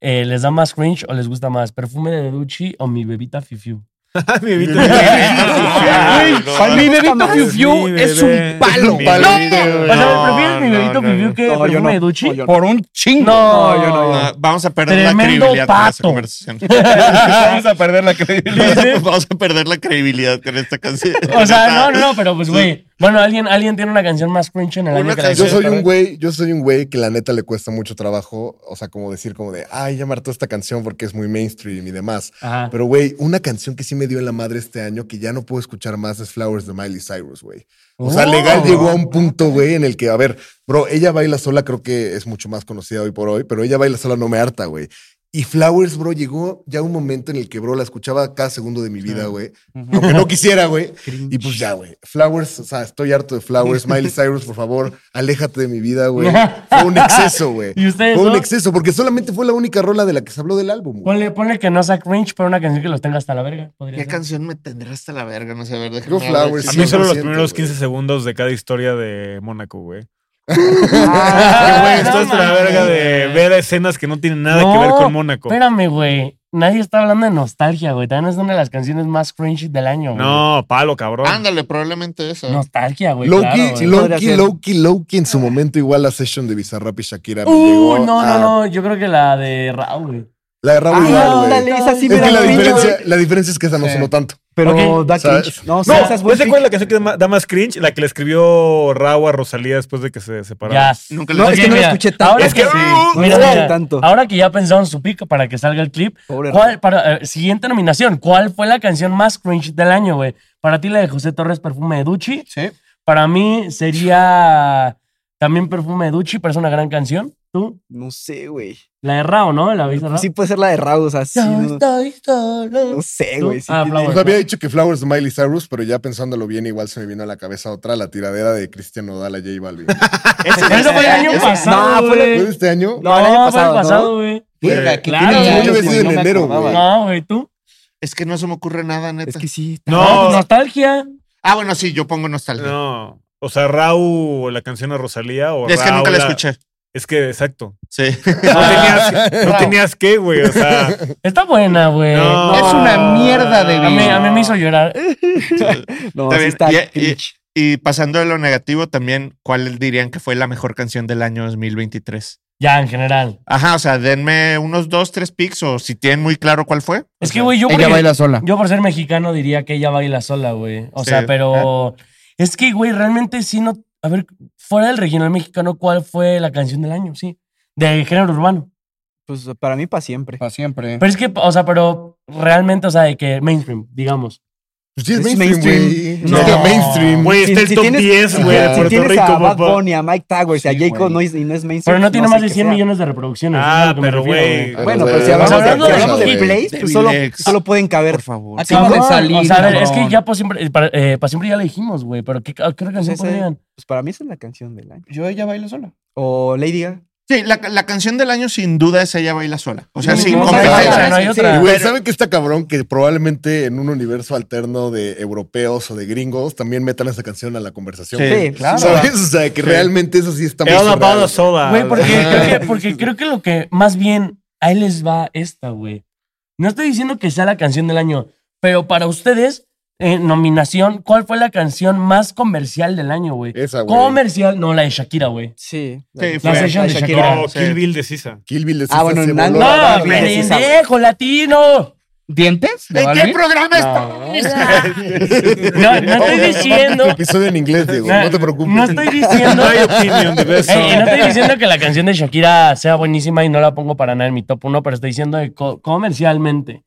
eh, les da más cringe o les gusta más? ¿Perfume de Duchi o mi bebita Fifiu?
<laughs>
Mi vida.
Ay,
Güey, Para mí, Bebito Fiu Fiu
Mi
es
bebé.
un palo.
Mi
güey.
bebé.
O
No,
sea, ¿prefieres mi
no, no,
bebita Fifiu
no.
que
No, yo
perfume
no.
de Duchi?
No, yo
Por un chingo.
No, yo
no,
No, vamos a perder la
Tremendo
credibilidad con esta
pato.
conversación. <laughs>
<laughs> Vamos a perder la credibilidad.
vamos a perder la credibilidad con esta canción.
O sea, no, no, no, pero pues, güey. Bueno, alguien, alguien tiene una canción más cringe en el
Una
año que la
canción-
Yo
de-
soy un güey, yo soy un güey que la neta le cuesta mucho trabajo, o sea, como decir como de, ay, ya me hartó esta canción porque es muy mainstream y demás.
Ajá.
Pero, güey, una canción que sí me dio en la madre este año que ya no puedo escuchar más es Flowers de Miley Cyrus, güey. O sea,
Oh.
legal llegó a un punto, güey, en el que, a ver, bro, ella baila sola, creo que es mucho más conocida hoy por hoy, pero ella baila sola no me harta, güey. Y Flowers, bro, llegó ya un momento en el que, bro, la escuchaba cada segundo de mi vida, güey. Aunque no quisiera, güey. Y pues ya, güey. Flowers, o sea, estoy harto de Flowers.
<laughs>
Miley Cyrus, por favor, aléjate de mi vida, güey. Fue un exceso, güey.
¿Y ustedes
Fue un
no?
exceso, porque solamente fue la única rola de la que se habló del álbum, güey.
Ponle, ponle que no sea cringe, pero una canción que los tenga hasta la verga. podría
¿Qué
ser.
canción me tendrá hasta la verga? No sé, a ver, déjame
Go
ver.
Flowers.
A mí solo los
Siento,
primeros
güey.
15 segundos de cada historia de Mónaco, güey.
Ah,
Güey,
no
esto es la
mames.
verga de ver escenas que no tienen nada que ver
No,
con Mónaco.
Espérame, güey. Nadie está hablando de nostalgia, güey. También es una de las canciones más cringe del año, güey.
No, palo, cabrón.
Ándale, probablemente esa.
Nostalgia, güey.
Loki,
claro, güey.
lo- podría
Loki,
ser.
Loki, Loki en su momento igual la session de Bizarrap y Shakira me
Uh,
llegó
no,
a-
no, no. Yo creo que la de Raúl, güey.
La de Raúl
Ah,
igual, güey.
ándale, esa sí
Es
me
que
da
la
cringe,
diferencia,
güey.
la diferencia es que esa no
Sí.
sonó tanto.
Pero
Ok,
da
¿sabes?
cringe. No, sí,
No,
esa es
¿no
buen
se
pick.
acuerdan la canción que da- da más cringe? La que le escribió Rao a Rosalía después de que se separaron.
Ya.
Nunca
No,
la
es que no la escuché tanto.
Ahora
Es
que
que-
sí.
No
Mira,
la escuché
mira,
tanto.
Ahora que ya pensaron su pico para que salga el clip,
Pobre
¿cuál, para, eh, siguiente nominación. ¿Cuál fue la canción más cringe del año, güey? Para ti la de José Torres, Perfume de Duchi.
Sí.
Para mí sería también Perfume de Duchi, pero es una gran canción. ¿Tú?
No sé, güey.
La de Rao, ¿no? La viste Rao.
Sí puede ser la de Raúl, o sea, sí,
Yo
no,
estoy solo.
no sé,
¿Tú?
güey. sí
Ah,
tiene-
Flowers.
Pues había dicho que Flowers de Miley Cyrus, pero ya pensándolo bien, igual se me vino a la cabeza otra, la tiradera de Cristian Nodal a J Balvin.
Pero eso fue el año
Ese-
pasado,
no, fue el-
güey.
¿Fue de este año?
No, el año
fue
pasado, ¿no?
güey.
Verga, ¿qué
Claro,
tiene
güey,
años,
yo
hubiera sido
güey?
en
me
enero,
acordaba.
güey.
No, güey, tú.
Es que no se me ocurre nada, neta.
Es que sí.
No, pues
No,
nostalgia.
Ah, bueno, sí, yo pongo nostalgia.
no. O sea, Rau o la canción a Rosalía o
es que
Rao
nunca la
la-
escuché.
Es que, <laughs> exacto.
Sí.
No tenías, no
Rao.
tenías que, güey. O sea,
Está buena, güey.
No.
Es una mierda de
A mí, a mí me hizo llorar.
No,
Está bien.
sí está
Y- y-
cringe.
Y pasando de lo negativo también, ¿cuál dirían que fue la mejor canción del año 2023?
Ya, en general.
Ajá, o sea, denme unos dos, tres pics o si tienen muy claro cuál fue.
Es que, güey, yo,
Ella
porque-
baila sola.
yo por ser mexicano diría que ella baila sola, güey. O
Sí.
sea, pero es que, güey, realmente sí no. A ver, fuera del regional mexicano, ¿cuál fue la canción del año? Sí. De género urbano.
Pues para mí, para siempre.
Para siempre.
Pero es que, o sea, pero realmente, o sea, de que mainstream, digamos.
Pues sí, es
Es
mainstream,
mainstream.
güey.
No.
Es la mainstream.
güey,
Si-
está el
si
top
tienes-
10, güey, de
Ajá.
Si
Puerto
tienes
Rico,
a Bad
papá.
Bunny, a Mike Towers y a
Sí,
Jacob
güey.
no es, y no es mainstream.
Pero no tiene
sé
más de
qué
100
sea.
millones de reproducciones.
Ah,
eso es lo que me
pero,
refiero,
güey.
Bueno, pero si
Eh,
hablamos,
o sea,
de,
hablando
si
de
hablamos de
Big
plays,
Big
pues solo,
Legs.
solo pueden caber.
Por favor.
Acaba de
Cabrón,
salir.
O sea, a ver, es
cabrón.
que ya por siempre, eh, para, eh, pa' siempre ya le dijimos, güey, pero ¿qué, ca- qué otra canción
ese-
podrían?
Pues para mí esa es la canción del año.
Yo ella baila sola.
O Lady Gaga.
Sí, la, la canción del año sin duda es Ella Baila Sola. O sea,
No,
sin
no, no,
competencia.
no, no hay otra.
Y, Güey,
Pero-
¿saben que está cabrón? Que probablemente en un universo alterno de europeos o de gringos también metan esa canción a la conversación.
Sí.
güey.
Sí,
Ah,
claro.
¿Sabes? O sea, que realmente eso sí está muy
Era una
surreal,
bala
güey.
sola.
Güey, porque,
Ah,
Ajá.
creo que, porque creo que lo que más bien ahí les va esta, güey. No estoy diciendo que sea la canción del año, pero para ustedes, eh, nominación, ¿cuál fue la canción más comercial del año, güey?
Esa, güey.
Comercial, no, la de Shakira, güey.
Sí.
Sí,
La
Fue-
sesión de
Shakira.
Shakira.
No, Kill Bill de Sisa.
Kill Bill de
Ah, bueno,
Sisa se
Nando-
voló
¡No,
la
Barbie,
barda.
Nando- esa, güey.
pendejo latino!
¿Dientes? de
¿En qué
Balvin?
programa está?
No, no
<laughs>
estoy diciendo.
Episodio en inglés, Diego. No te preocupes.
No estoy diciendo. <laughs>
My opinion de eso.
Ey, y Eh, no estoy diciendo que la canción de Shakira sea buenísima y no la pongo para nada en mi top 1, pero estoy diciendo de co- comercialmente.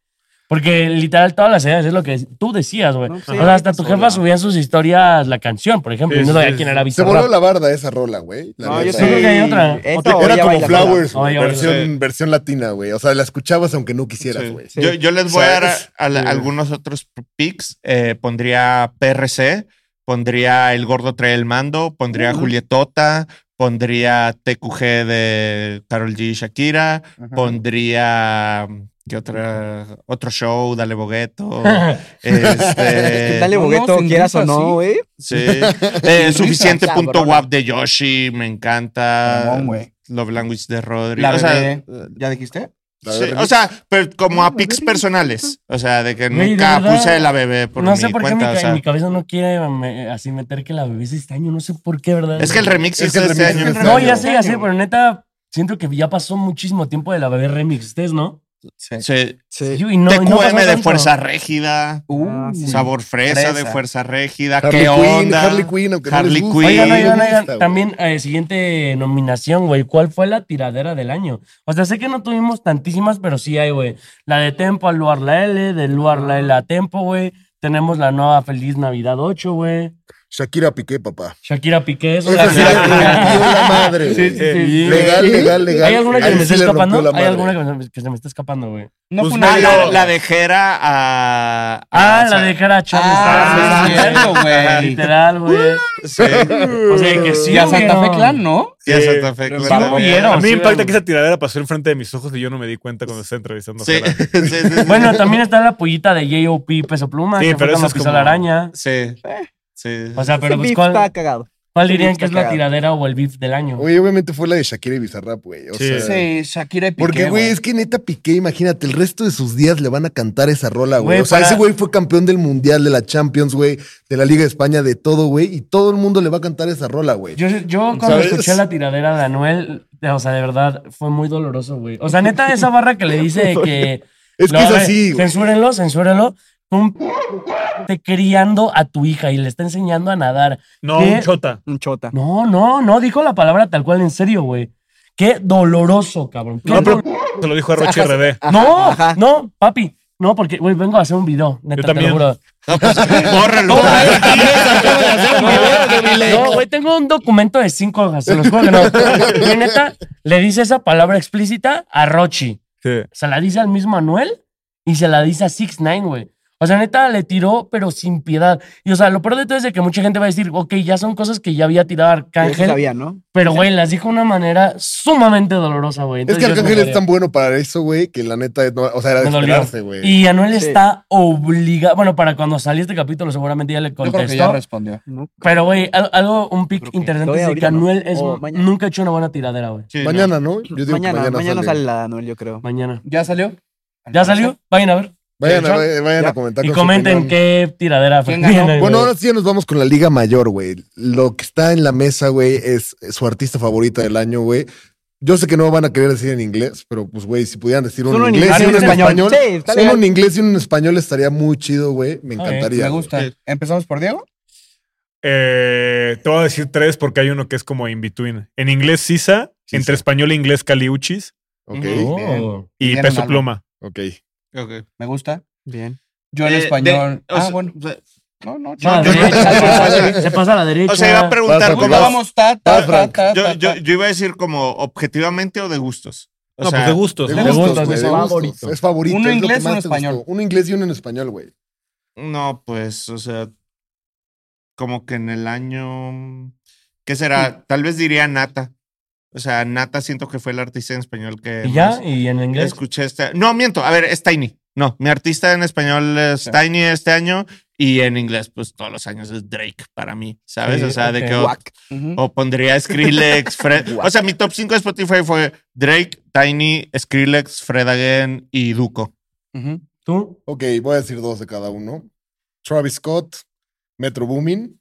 Porque literal todas las edades es lo que tú decías, güey.
No, sí,
o sea, hasta
ahorita
tu
sola.
jefa subía en sus historias la canción, por ejemplo.
Sí,
y no
sí,
sabía
sí.
quién era
Se
Bizarrap.
voló la barda esa rola, güey. la
No, yo
neta.
sí creo que hay otra.
Esta
Otra.
o
Era
ella
como
baila sola.
Flowers, güey,
Oye,
versión, versión latina, güey. O sea, la escuchabas aunque no quisieras, güey.
Sí.
Yo, yo les voy a dar
¿Sabes?
a- a la- algunos otros picks. Eh, pondría PRC, pondría El Gordo Trae el Mando, pondría Julietota, pondría TQG de Carol G y Shakira,
Ajá.
pondría. mm, ¿Qué otra? Otro show,
<laughs>
Dale Bogueto. este,
Dale
No, no,
Bogueto,
sin
quieras o
duda, sí.
no, güey.
<laughs>
sí. Eh, suficiente
Risa.
punto
Cabrona.
guap de Yoshi, me encanta.
Mamón, güey.
Love Language de Rodri.
La
o sea,
de- ¿Ya dijiste?
La
Sí,
verdad,
o sea, pero como a pics personales. O sea, de que
Güey, de
nunca
verdad,
puse a la bebé por
no
mi
sé por qué mi,
cuenta.
ca-
o sea,
mi cabeza no quiere me- así meter que la bebé es este año. No sé por qué, ¿verdad?
es que el remix
Es
hizo
que el
este
remix
año.
hizo este
No,
año.
ya sé, ya sé, pero neta, siento que ya pasó muchísimo tiempo de la bebé remix. Ustedes, ¿no?
Sí.
Sí.
Sí.
Yo- y no- y no pasó
TQM de
tanto.
Fuerza Régida.
Uh,
sí.
Sabor fresa, de
Fresa.
Fuerza Régida.
Harley
Ah, ¿Qué
Quinn,
onda?
Harley Quinn, aunque no les
Harley
guste.
Quinn.
Oigan, oigan,
Lista,
oigan,
güey.
también eh, siguiente nominación, güey. ¿Cuál fue la tiradera del año? O sea, sé que no tuvimos tantísimas, pero sí hay, güey. La de Tempo al Luar la L, de Luar la L a Tempo, güey. Tenemos la nueva Feliz Navidad 8, güey.
Shakira Piqué, papá.
Shakira Piqué, eso.
Esa sí le rompió la madre.
Sí,
güey.
sí, sí.
Legal, legal, legal.
¿Hay alguna que
Ahí
me
sí
esté
le rompió
escapando?
la
Hay
madre.
alguna que me- que se me está escapando, güey.
No
Pues
fue
Ah,
una
la, la de Jera a. a-
Ah,
o
la
sea,
de cara a Charles.
Ah,
Ah,
sí, es cierto, güey.
Literal, güey.
Sí,
O sea, que sí.
Y a Santa Fe
hubieron.
Clan, ¿no?
sí, a Santa Fe,
Pero
claro.
sí lo
vieron.
A mí
Sí,
me impacta
vamos.
que esa tiradera pasó enfrente de mis ojos y yo no me di cuenta cuando estaba entrevistando
Sí,
a Jera.
sí, sí, sí.
Bueno, también está la pollita de J.O.P. Peso Pluma,
Sí,
que fue
pero eso
cuando
es
pisó
como-
la araña.
Sí. Sí.
O sea, pero
Ese
pues,
beef
¿cuál,
está cagado.
cuál
ese
dirían
beef
que
está
es la
cagado.
tiradera o el beef del año?
Oye, obviamente fue la de Shakira y Bizarrap, güey. O
Sí.
sea,
Sí, Shakira y Piqué.
Porque, güey, es que neta Piqué, imagínate, el resto de sus días le van a cantar esa rola, güey.
Güey,
O sea,
para-
ese güey fue campeón del Mundial, de la Champions, güey, de la Liga de España, de todo, güey. Y todo el mundo le va a cantar esa rola, güey.
Yo, yo cuando
¿Sabes?
escuché la tiradera de Anuel, de- o sea, de verdad, fue muy doloroso, güey. O sea, neta, esa barra que le
<laughs>
dice que...
Es que
No,
es
a ver,
así, güey.
Censúrenlo, censúrenlo. Un p- te criando a tu hija y le está enseñando a nadar.
No,
¿Qué?
un chota.
Un chota.
No, no, no, dijo la palabra tal cual, en serio, güey. Qué doloroso, cabrón. Qué Ah,
No, pero
dol-
se lo
<laughs>
dijo a Roche RD.
Ajá,
no,
ajá.
no, papi. No, porque, güey, vengo a hacer un video. Neta, te
también.
lo juro.
No, pues,
<laughs>
bórralo.
No, güey, tengo un documento de cinco hojas, se los juro que no. Güey, neta, le dice esa palabra explícita a Rochi.
Sí.
Se la dice al mismo Anuel y se la dice a Six Nine, güey. O sea, neta, le tiró, pero sin piedad. Y, o sea, lo peor de todo es de que mucha gente va a decir, ok, ya son cosas que ya había tirado
Yo sí
Arcángel.
sabía, ¿no?
Pero, güey, las dijo de una manera sumamente dolorosa, güey.
es
Entonces,
que
yo
Arcángel
no
es tan bueno para eso, güey, que la neta, no- o sea, era de
Me dolió.
esperarse, güey.
Y Anuel
Sí.
está obligado. Bueno, para cuando salió este capítulo, seguramente ya le
Yo creo que ya
contestó.
respondió.
No.
Pero, güey, al- algo, un pick
Creo que
interesante
estoy
es de que
ahorita, ¿no?
Anuel es,
O mañana.
nunca ha hecho una buena tiradera, güey.
Sí, no.
Mañana, ¿no? Yo digo
mañana,
que
mañana, sale. la de Anuel, yo creo.
Mañana.
¿Ya salió?
¿Ya salió? Vayan a ver.
Vayan, a,
¿Ya?
vayan vayan a
Ya.
comentar.
Y
con su
comenten
opinión.
qué tiradera fue.
¿Quién ganó?
Bien,
Bueno,
güey.
ahora sí ya nos vamos con la Liga Mayor, güey. Lo que está en la mesa, güey, es su artista favorita del año, güey. Yo sé que no van a querer decir en inglés, pero pues, güey, si pudieran decir uno
Solo
en inglés y uno en español.
Sí, está
Solo
legal.
en inglés y uno en español estaría muy chido, güey. Me encantaría.
Me
güey.
gusta.
Sí.
¿Empezamos por Diego?
Eh, te voy a decir tres porque hay uno que es como in between. En inglés, Sisa.
Sisa.
Entre español e inglés, Caliuchis.
Ok,
Ujú.
bien,
Oh.
Y
Tienen
Peso
algo.
Pluma.
ok.
Ok.
Me gusta.
Bien.
Yo en
Eh,
español.
de- o
ah,
sea,
bueno.
o sea,
No, no,
No, a la
yo-
<laughs> derecha, se
yo-
pasa- se pasa a la derecha.
O sea, iba a preguntar
Vas,
Bueno,
como.
Franco,
vamos, ta, ta,
Vas,
ta,
Frank.
ta,
Yo,
ta,
yo,
ta.
yo iba a decir como objetivamente o de gustos. O
no,
sea,
pues de gustos.
De
¿no?
gusta.
gustos,
gustos,
güey,
es
de gustos.
favorito.
Es favorito.
Uno
es lo que
inglés,
más
uno
te gustó.
español.
Uno inglés y uno en español, güey.
No, pues, o sea. Como que en el año. ¿Qué será? Tal vez diría Nata. O sea, Nata siento que fue el artista en español que.
Y ya,
más
y en inglés.
Escuché este. No, miento. A ver, es Tiny. No, mi artista en español es
Sí.
Tiny este año y en inglés, pues todos los años es Drake para mí, ¿sabes?
Sí,
o sea,
ok.
de que
Guac.
Ujú.
O pondría
<laughs>
Skrillex, Fred. o sea, mi top 5 de Spotify fue Drake, Tiny, Skrillex, Fred Again y Duco.
Ujú.
¿Tú?
Ok, voy a decir dos de cada uno. Travis Scott, Metro Boomin.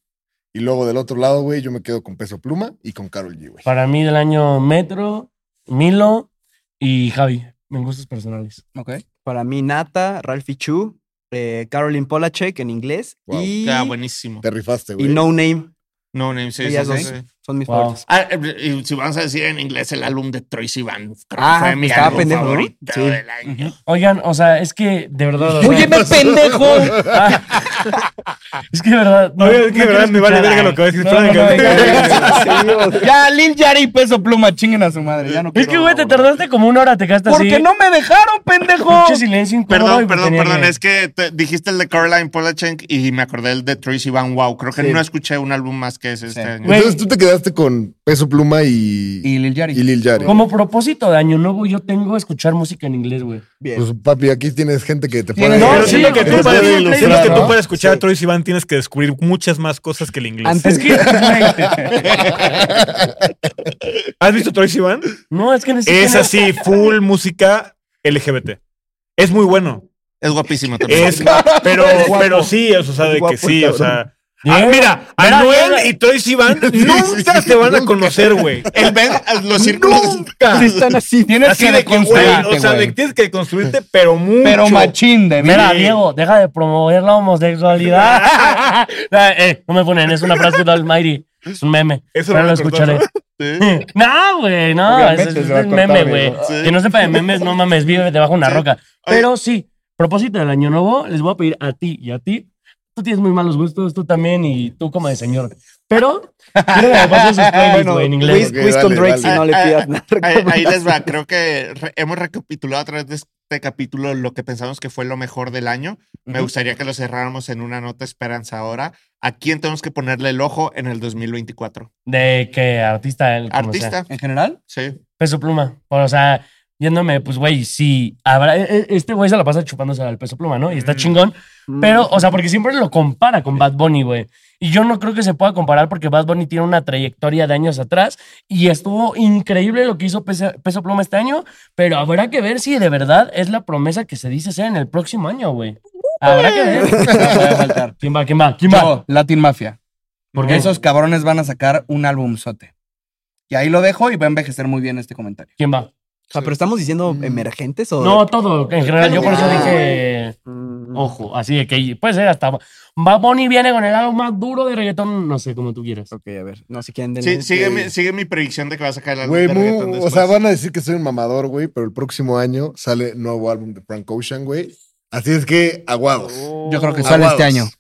Y luego del otro lado, güey, yo me quedo con Peso Pluma y con Carol G, güey.
Para mí del año Metro, Milo y Javi. en gustos personales.
Ok.
Para mí, Nata, Ralphie Chu, eh, Caroline Polachek en inglés
Wow.
y,
Ah, buenísimo.
Te rifaste,
y
güey.
No Name.
No, name, sí, sí,
Ellas
sí,
dos
sí.
son mis
Wow.
favoritas.
Ah, eh, y si vamos a decir en inglés el álbum de Troy Sivan, creo que
Ah,
fue mi
estaba
álbum
pendejo, ¿no?
favorito
Sí.
del año.
Oigan, o sea, es que de verdad. o sea-
Óyeme, pendejo.
<laughs>
Ah. es que de verdad.
Oye, es que de
quiero
verdad me vale
escuchar,
verga lo que va a
ay.
decir
No,
Frank.
no, no, venga, venga.
ya, Lil Yari y Peso Pluma, chinguen a su madre. Ya no
Es
quiero
que, güey, te
volver.
tardaste como una hora, te quedaste así.
Porque no me dejaron, pendejo.
Pinche silencio incómodo y
Perdón, perdón,
tenía
perdón.
que-
Es que te- dijiste el de Caroline Polachek y me acordé el de Troy Sivan. Wow, creo que
Sí.
no escuché un álbum más que ese este
Sí.
año.
Güey.
Entonces tú te quedaste con Peso Pluma y, y,
Y Lil Yari.
Lil Yari.
Como propósito de año nuevo, yo tengo escuchar música en inglés, güey.
Bien.
Pues papi, aquí tienes gente que te puede.
Tienes- No,
Pero
sí,
siento que
te
tú para,
puede
sí,
siento
ilustrar,
que tú
¿no?
para escuchar
Sí.
a Troy Sivan tienes que descubrir muchas más cosas que el inglés.
<laughs> Es
Antes
que, güey,
¿Has visto Troy Sivan?
no, es que necesito.
Es así, full música LGBT. Es muy bueno.
Es guapísimo también.
Es, pero,
guapo.
pero sí, o sea, de que
guapo,
sí, o sea.
cabrón.
Ah, mira,
Mira,
Anuel
mira.
y Troy Sivan nunca te van a conocer, güey.
El Ben,
<laughs>
los círculos.
Nunca.
Están así. <laughs>
Tienes
Así
que
de que, güey,
deconstruirte,
o sea, de que
güey.
tienes que construirte, pero mucho.
Pero machín de
Mira,
mí.
Diego, deja de promover la homosexualidad. <laughs> Ah, eh, no me ponen, es una frase de Almighty. Es un meme.
Eso
pero
no
lo
me cortaste.
escucharé.
Sí.
<laughs> No, güey, no.
Obviamente
Es, es
se va a
un
cortar,
meme, güey.
Diego.
Sí.
Que no sepa de memes, no mames, vive debajo de una
Sí.
roca. Pero sí, propósito del año nuevo, les voy a pedir a ti y a ti. Tú tienes muy malos gustos, tú también y tú como de señor. Pero quiero que me pases sus
<laughs>
playlists,
Bueno,
güey, en inglés.
quiz,
Ok,
quiz con
dale,
Drake
dale.
si no le
Ah,
pidas nada. <laughs>
Ahí, ahí les va, creo que re- hemos recapitulado a través de este capítulo lo que pensamos que fue lo mejor del año. Me gustaría que lo cerráramos en una nota esperanzadora. ¿A quién tenemos que ponerle el ojo en el 2024?
¿De qué artista? él, como sea.
Artista,
¿En general?
sí.
Peso pluma. Pero, o sea, yéndome, pues, güey, sí. Habrá, e- e- este güey se la pasa chupándose al peso pluma, ¿no? Y está
Mm.
chingón. Pero, o sea, porque siempre lo compara con Bad Bunny, güey. Y yo no creo que se pueda comparar porque Bad Bunny tiene una trayectoria de años atrás y estuvo increíble lo que hizo Peso, Peso Pluma este año, pero habrá que ver si de verdad es la promesa que se dice ser en el próximo año, güey. Habrá que ver.
<laughs> No voy a
<laughs>
faltar.
¿Quién va? ¿Quién va? ¿Quién va?
Yo, Latin Mafia.
¿Por qué?
Esos cabrones van a sacar un álbumzote. Y ahí lo dejo y va a envejecer muy bien este comentario.
¿Quién va?
O sea, pero estamos diciendo emergentes o.
No, todo en general. Yo por eso dije,
Mm,
ojo, así de que puede ser hasta Bad Bunny viene con el álbum más duro de reggaetón, no sé, como tú quieras.
Ok, a ver. No sé quién de
Sí, sigue, mi, sigue mi predicción de que va a sacar el
ah,
álbum
Güey,
de
mu-
reggaetón
o
después.
pues.
sea, van a decir que soy un mamador, güey, pero el próximo año sale nuevo álbum de Frank Ocean, güey. Así es que aguados.
Oh.
Yo creo que sale
Aguados.
este año.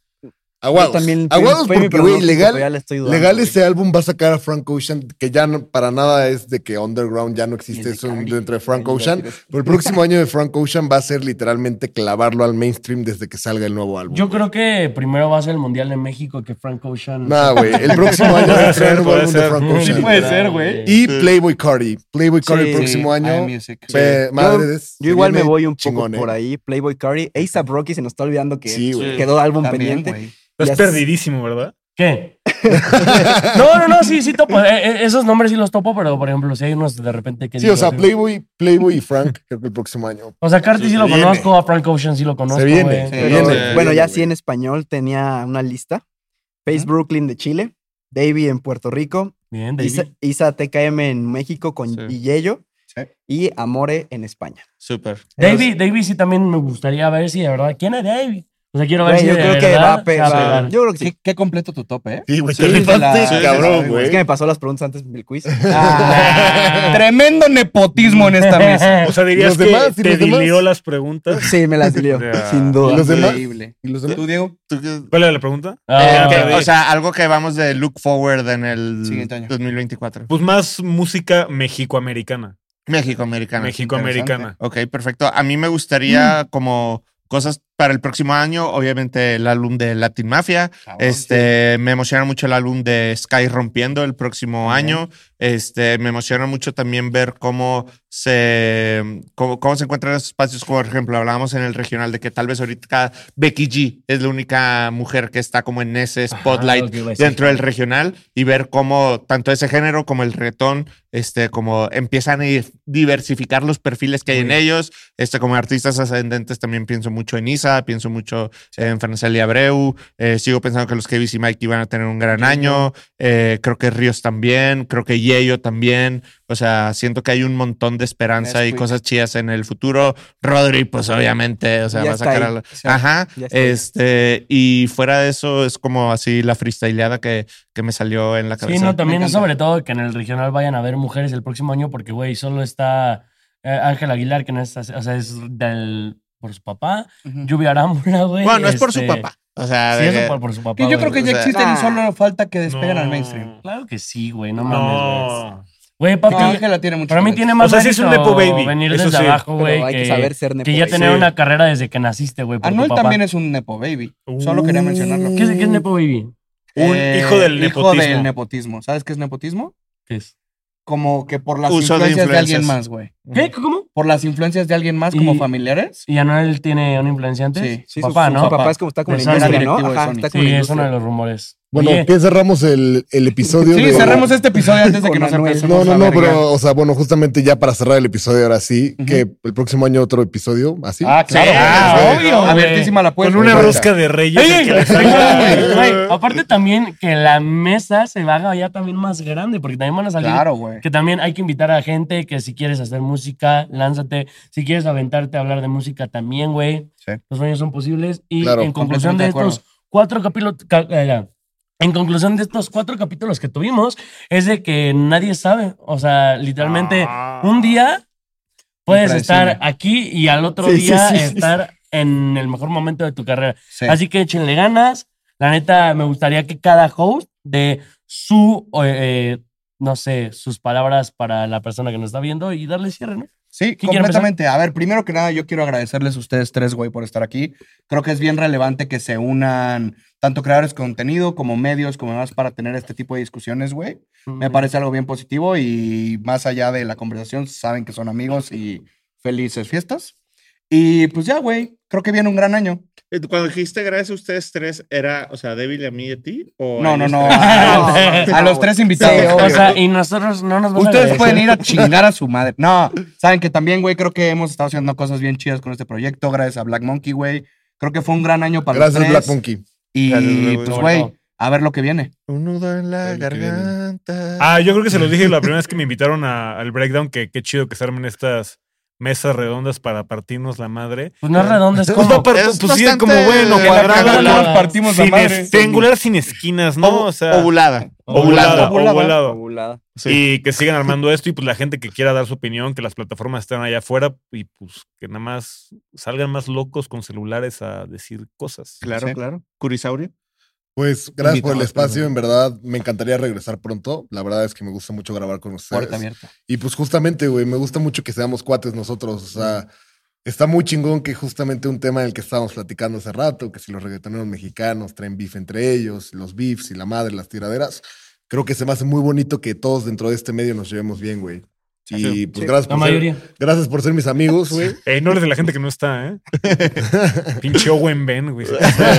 Aguados.
también. fue-
aguados
fue mi
porque, güey,
pronóstico,
legal,
pero ya le estoy dudando,
legal
güey.
este álbum va a sacar a Frank Ocean, que ya no- para nada es de que Underground ya no existe eso dentro de Frank Ocean. Pero el próximo año de Frank Ocean va a ser literalmente clavarlo al mainstream desde que salga el nuevo álbum.
Yo creo que primero va a ser el Mundial de México que Frank Ocean.
Nah, güey, el próximo año va a
ser,
traer un nuevo
puede
álbum de
ser.
Frank
Sí,
Ocean.
puede ser, güey.
Y Playboy Cardi. Playboy Cardi
Sí,
el próximo
sí,
año.
iMusic.
Fe-
Yo-
madres,
Yo igual me
viene
voy un poco
chingón, ¿eh?
por ahí. Playboy Curry. ASAP Rocky se nos está olvidando que
Sí, güey.
quedó álbum
También,
pendiente.
güey.
Estás
Yes.
perdidísimo, ¿verdad?
¿Qué? no, no, no, sí, sí topo. Eh, eh, esos nombres sí los topo, pero por ejemplo, si hay unos de repente que.
<laughs> Sí,
digo,
o sea,
sí.
Playboy, Playboy y Frank, creo que el próximo año.
O sea, Carti sí,
Se
lo
viene.
conozco, a Frank Ocean sí lo conozco.
Se viene,
güey.
se
Pero,
viene.
eh,
bueno,
viene,
ya
güey.
sí en español tenía una lista. Face
Ujú.
Brooklyn de Chile, Davey en Puerto Rico,
Bien, David.
Isa, Isa TKM en México con
Sí.
y Yello
Sí.
y Amore en España.
Súper.
David, David sí también me gustaría ver si de verdad. ¿Quién es David? O sea, quiero ver
Güey,
si
yo
de
creo que
verdad
va a
se
pegar.
pegar.
Yo creo que sí.
Qué, qué completo tu tope, ¿eh?
Sí, güey,
Sí, la-
rifaste,
sí,
cabrón,
sí,
güey.
Es que me pasó las preguntas antes del quiz.
Ah, <laughs> tremendo nepotismo en esta mesa.
<laughs>
O sea, dirías
Los
que
demás, y
te
los demás.
dilió las preguntas.
Sí, me las dio,
Ya.
sin duda.
<laughs> ¿Y los demás?
Increíble.
¿Y los demás?
¿Tú, Diego?
¿Tú qué-
¿Cuál era la pregunta?
Ah,
Eh, que-
perdí.
o sea, algo que vamos de look forward en el
Siguiente año.
2024.
Pues más música mexicoamericana.
México americano.
Mexicoamericana.
Ok, perfecto. A mí me gustaría como cosas para el próximo año, obviamente el álbum de Latin Mafia.
Ah,
Cabrón,
Este, me emociona mucho el álbum de Sky Rompiendo el próximo año. Este, me emociona mucho también ver cómo se cómo, cómo se encuentran esos espacios, como por ejemplo, hablábamos en el regional de que tal vez ahorita Becky G es la única mujer que está como en ese spotlight
lo que iba a decir.
dentro del regional y ver cómo tanto ese género como el retón, este, como empiezan a diversificar los perfiles que hay en ellos, este, como artistas ascendentes también pienso mucho en Mesa, pienso mucho en Franceli Abreu, eh, sigo pensando que los Kevis y Mikey van a tener un gran año, eh, creo que Ríos también, creo que Yeyo también, o sea, siento que hay un montón de esperanza y
Nesquik.
cosas chidas en el futuro. Rodri, pues obviamente, o sea,
Ya
va a
está
sacar
ahí.
al-
Sí.
Ajá,
Ya está ahí.
este, y fuera de eso es como así la freestyleada que, que me salió en la cabeza.
Sí, no, también
encanta.
sobre todo que en el regional vayan a ver mujeres el próximo año porque, güey, solo está eh, Ángel Aguilar, que no es, así- o sea, es del, por su papá. Lluvia Arámbula, güey.
bueno, es por su
este,
papá. O sea,
Sí,
de
es
que-
por, por su papá.
Que yo
güey.
creo que ya
o sea,
existen y
nah.
solo falta que despeguen al
No.
mainstream.
Claro que sí, güey, no mames, güey.
No.
Güey,
Porque
papi,
Ángela tiene mucho
para mí
talento.
tiene más
O sea, sí es un
mérito
nepo baby,
venir
eso
desde
sí.
abajo,
Pero
güey,
hay que,
que,
saber ser nepo.
que ya
baby.
tener
Sí.
una carrera desde que naciste, güey, por
Anuel
tu papá.
Ah,
Uh.
también es un nepo baby. Solo quería mencionarlo.
¿Qué, es, ¿Qué es nepo baby?
Un
Eh,
hijo del nepotismo.
Hijo del nepotismo. ¿Sabes qué es nepotismo?
¿Qué es?
Como que por las
Uso de
influencias de, alguien
influencias.
más, güey.
¿Qué? ¿Cómo?
Por las influencias de alguien más como
Y-
familiares.
¿Y Anuel tiene un influenciante?
Sí,
Sí, su-
papá,
su,
¿no?
papá, es como está como la
Exacto.
industria, ¿no?
Directivo de
Ajá,
Sony.
está como
Sí,
la
es uno de
industria.
los rumores.
Bueno,
Oye,
¿qué cerramos el, el episodio
Sí,
de-
cerremos este episodio antes de que
Con
nos
Anuel.
empecemos
No, no,
a
no,
vergar.
pero, o sea, bueno, justamente ya para cerrar el episodio ahora sí,
Ujú.
que el próximo año otro episodio, así.
Ah, claro.
Sí,
claro,
obvio, güey.
Abiertísima la puerta.
Con una
Exacto.
rosca de reyes.
Ey,
el que le salga.
ey, güey, Aparte también que la mesa se haga ya también más grande, porque también van a salir.
Claro, güey.
Que también hay que invitar a gente que si quieres hacer música, lánzate. Si quieres aventarte a hablar de música también, güey.
Sí.
Los sueños son posibles. Y
Claro,
en conclusión
completamente
de
de acuerdo.
estos cuatro capítulos... eh, en conclusión de estos cuatro capítulos que tuvimos, es de que nadie sabe. O sea, literalmente,
Ah.
un día puedes
Impredecible.
estar aquí y al otro
Sí, sí,
día
sí, sí.
estar en el mejor momento de tu carrera.
Sí.
Así que échenle ganas. La neta, me gustaría que cada host de su, eh, eh, no sé, sus palabras para la persona que nos está viendo y darle cierre, ¿no?
Sí,
¿Quién quiere
completamente. A ver, primero que nada, yo quiero agradecerles a ustedes tres, güey, por estar aquí. Creo que es bien relevante que se unan tanto creadores de contenido como medios, como demás, para tener este tipo de discusiones, güey. Me parece algo bien positivo y más allá de la conversación, saben que son amigos y felices fiestas. Y pues ya, güey, creo que viene un gran año.
Eh, Cuando dijiste gracias a ustedes tres, ¿era, o sea, débil a mí y a ti? O
No,
a
no,
ellos
no.
tres?
A,
<laughs>
a los
<laughs>
güey.
tres
Sí,
invitados.
o sea, y nosotros no nos vamos
Ustedes pueden ir a chingar a su madre. No, saben que también, güey, creo que hemos estado haciendo cosas bien chidas con este proyecto. Gracias a Black Monkey, güey. Creo que fue un gran año para
Gracias,
los
Black
tres.
Monkey.
Y
Gracias, Black
pues,
Monkey.
güey, a ver lo que viene.
Un nudo en la
El que viene.
garganta.
Ah, yo creo que se los dije la primera vez que me invitaron a- al breakdown, que qué chido que se armen estas mesas redondas para partirnos la madre.
Pues no es redondo, es
Pues,
como...
va par-
Es
pues sí,
bastante
como bueno, cuadrada,
rectangular.
¿no?
partimos
Sin es- triangular sin esquinas, ¿no?
Ovu-
O sea,
Ovulada. Ovulada.
Ovulada,
Ovulada.
ovulado.
Ovulada.
Y que sigan armando esto y pues la gente que quiera dar su opinión, que las plataformas están allá afuera y pues que nada más salgan más locos con celulares a decir cosas.
Claro,
Sí.
claro. Curisaurio.
Pues gracias por el
Invitado,
espacio,
perdón.
en verdad me encantaría regresar pronto. La verdad es que me gusta mucho grabar con ustedes.
Puerta abierta.
Y pues justamente, güey, me gusta mucho que seamos cuates nosotros. O sea, está muy chingón que justamente un tema del que estábamos platicando hace rato, que si los reggaetoneros mexicanos traen beef entre ellos, los beefs y la madre, las tiraderas. Creo que se me hace muy bonito que todos dentro de este medio nos llevemos bien, güey. Y pues gracias,
La
por
<laughs>
ser,
mayoría.
gracias por ser mis amigos, güey.
<laughs> Eh, no hables de la gente que no está, ¿eh?
<laughs>
Pinche Owen Ben, güey.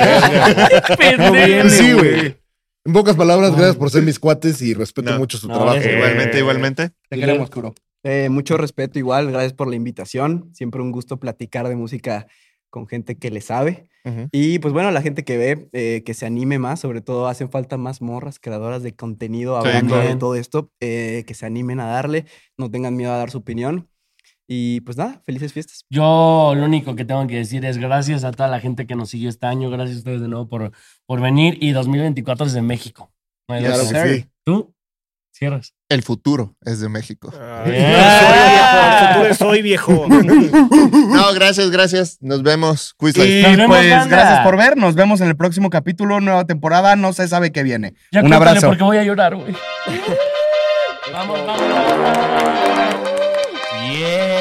<laughs>
Pendejo.
viene,
Sí, güey. En pocas palabras, gracias por ser mis cuates y respeto
No,
mucho su
no,
trabajo.
gracias.
güey.
Igualmente,
Eh.
igualmente.
Te queremos, Kuro.
Eh, mucho respeto igual, gracias por la invitación. Siempre un gusto platicar de música con gente que le sabe.
Ujú.
Y pues bueno, la gente que ve, eh, que se anime más, sobre todo hacen falta más morras, creadoras de contenido
Sí,
hablando de
claro.
todo esto, eh, que se animen a darle, no tengan miedo a dar su opinión. Y pues nada, felices fiestas.
Yo lo único que tengo que decir es gracias a toda la gente que nos siguió este año. Gracias a ustedes de nuevo por, por venir. Y 2024 es de México. No hay
Claro
dos.
que sí.
¿Tú? Cierras.
El futuro es de México.
Ay, soy viejo, soy viejo.
No, gracias, gracias. Nos vemos. Quiz Life.
Y
Nos vemos,
pues
banda.
gracias por ver. Nos vemos en el próximo capítulo, nueva temporada. No se sabe qué viene.
Ya
Un
cuéntale
abrazo.
Porque voy a llorar, güey. vamos, vamos, vamos. vamos. Yeah.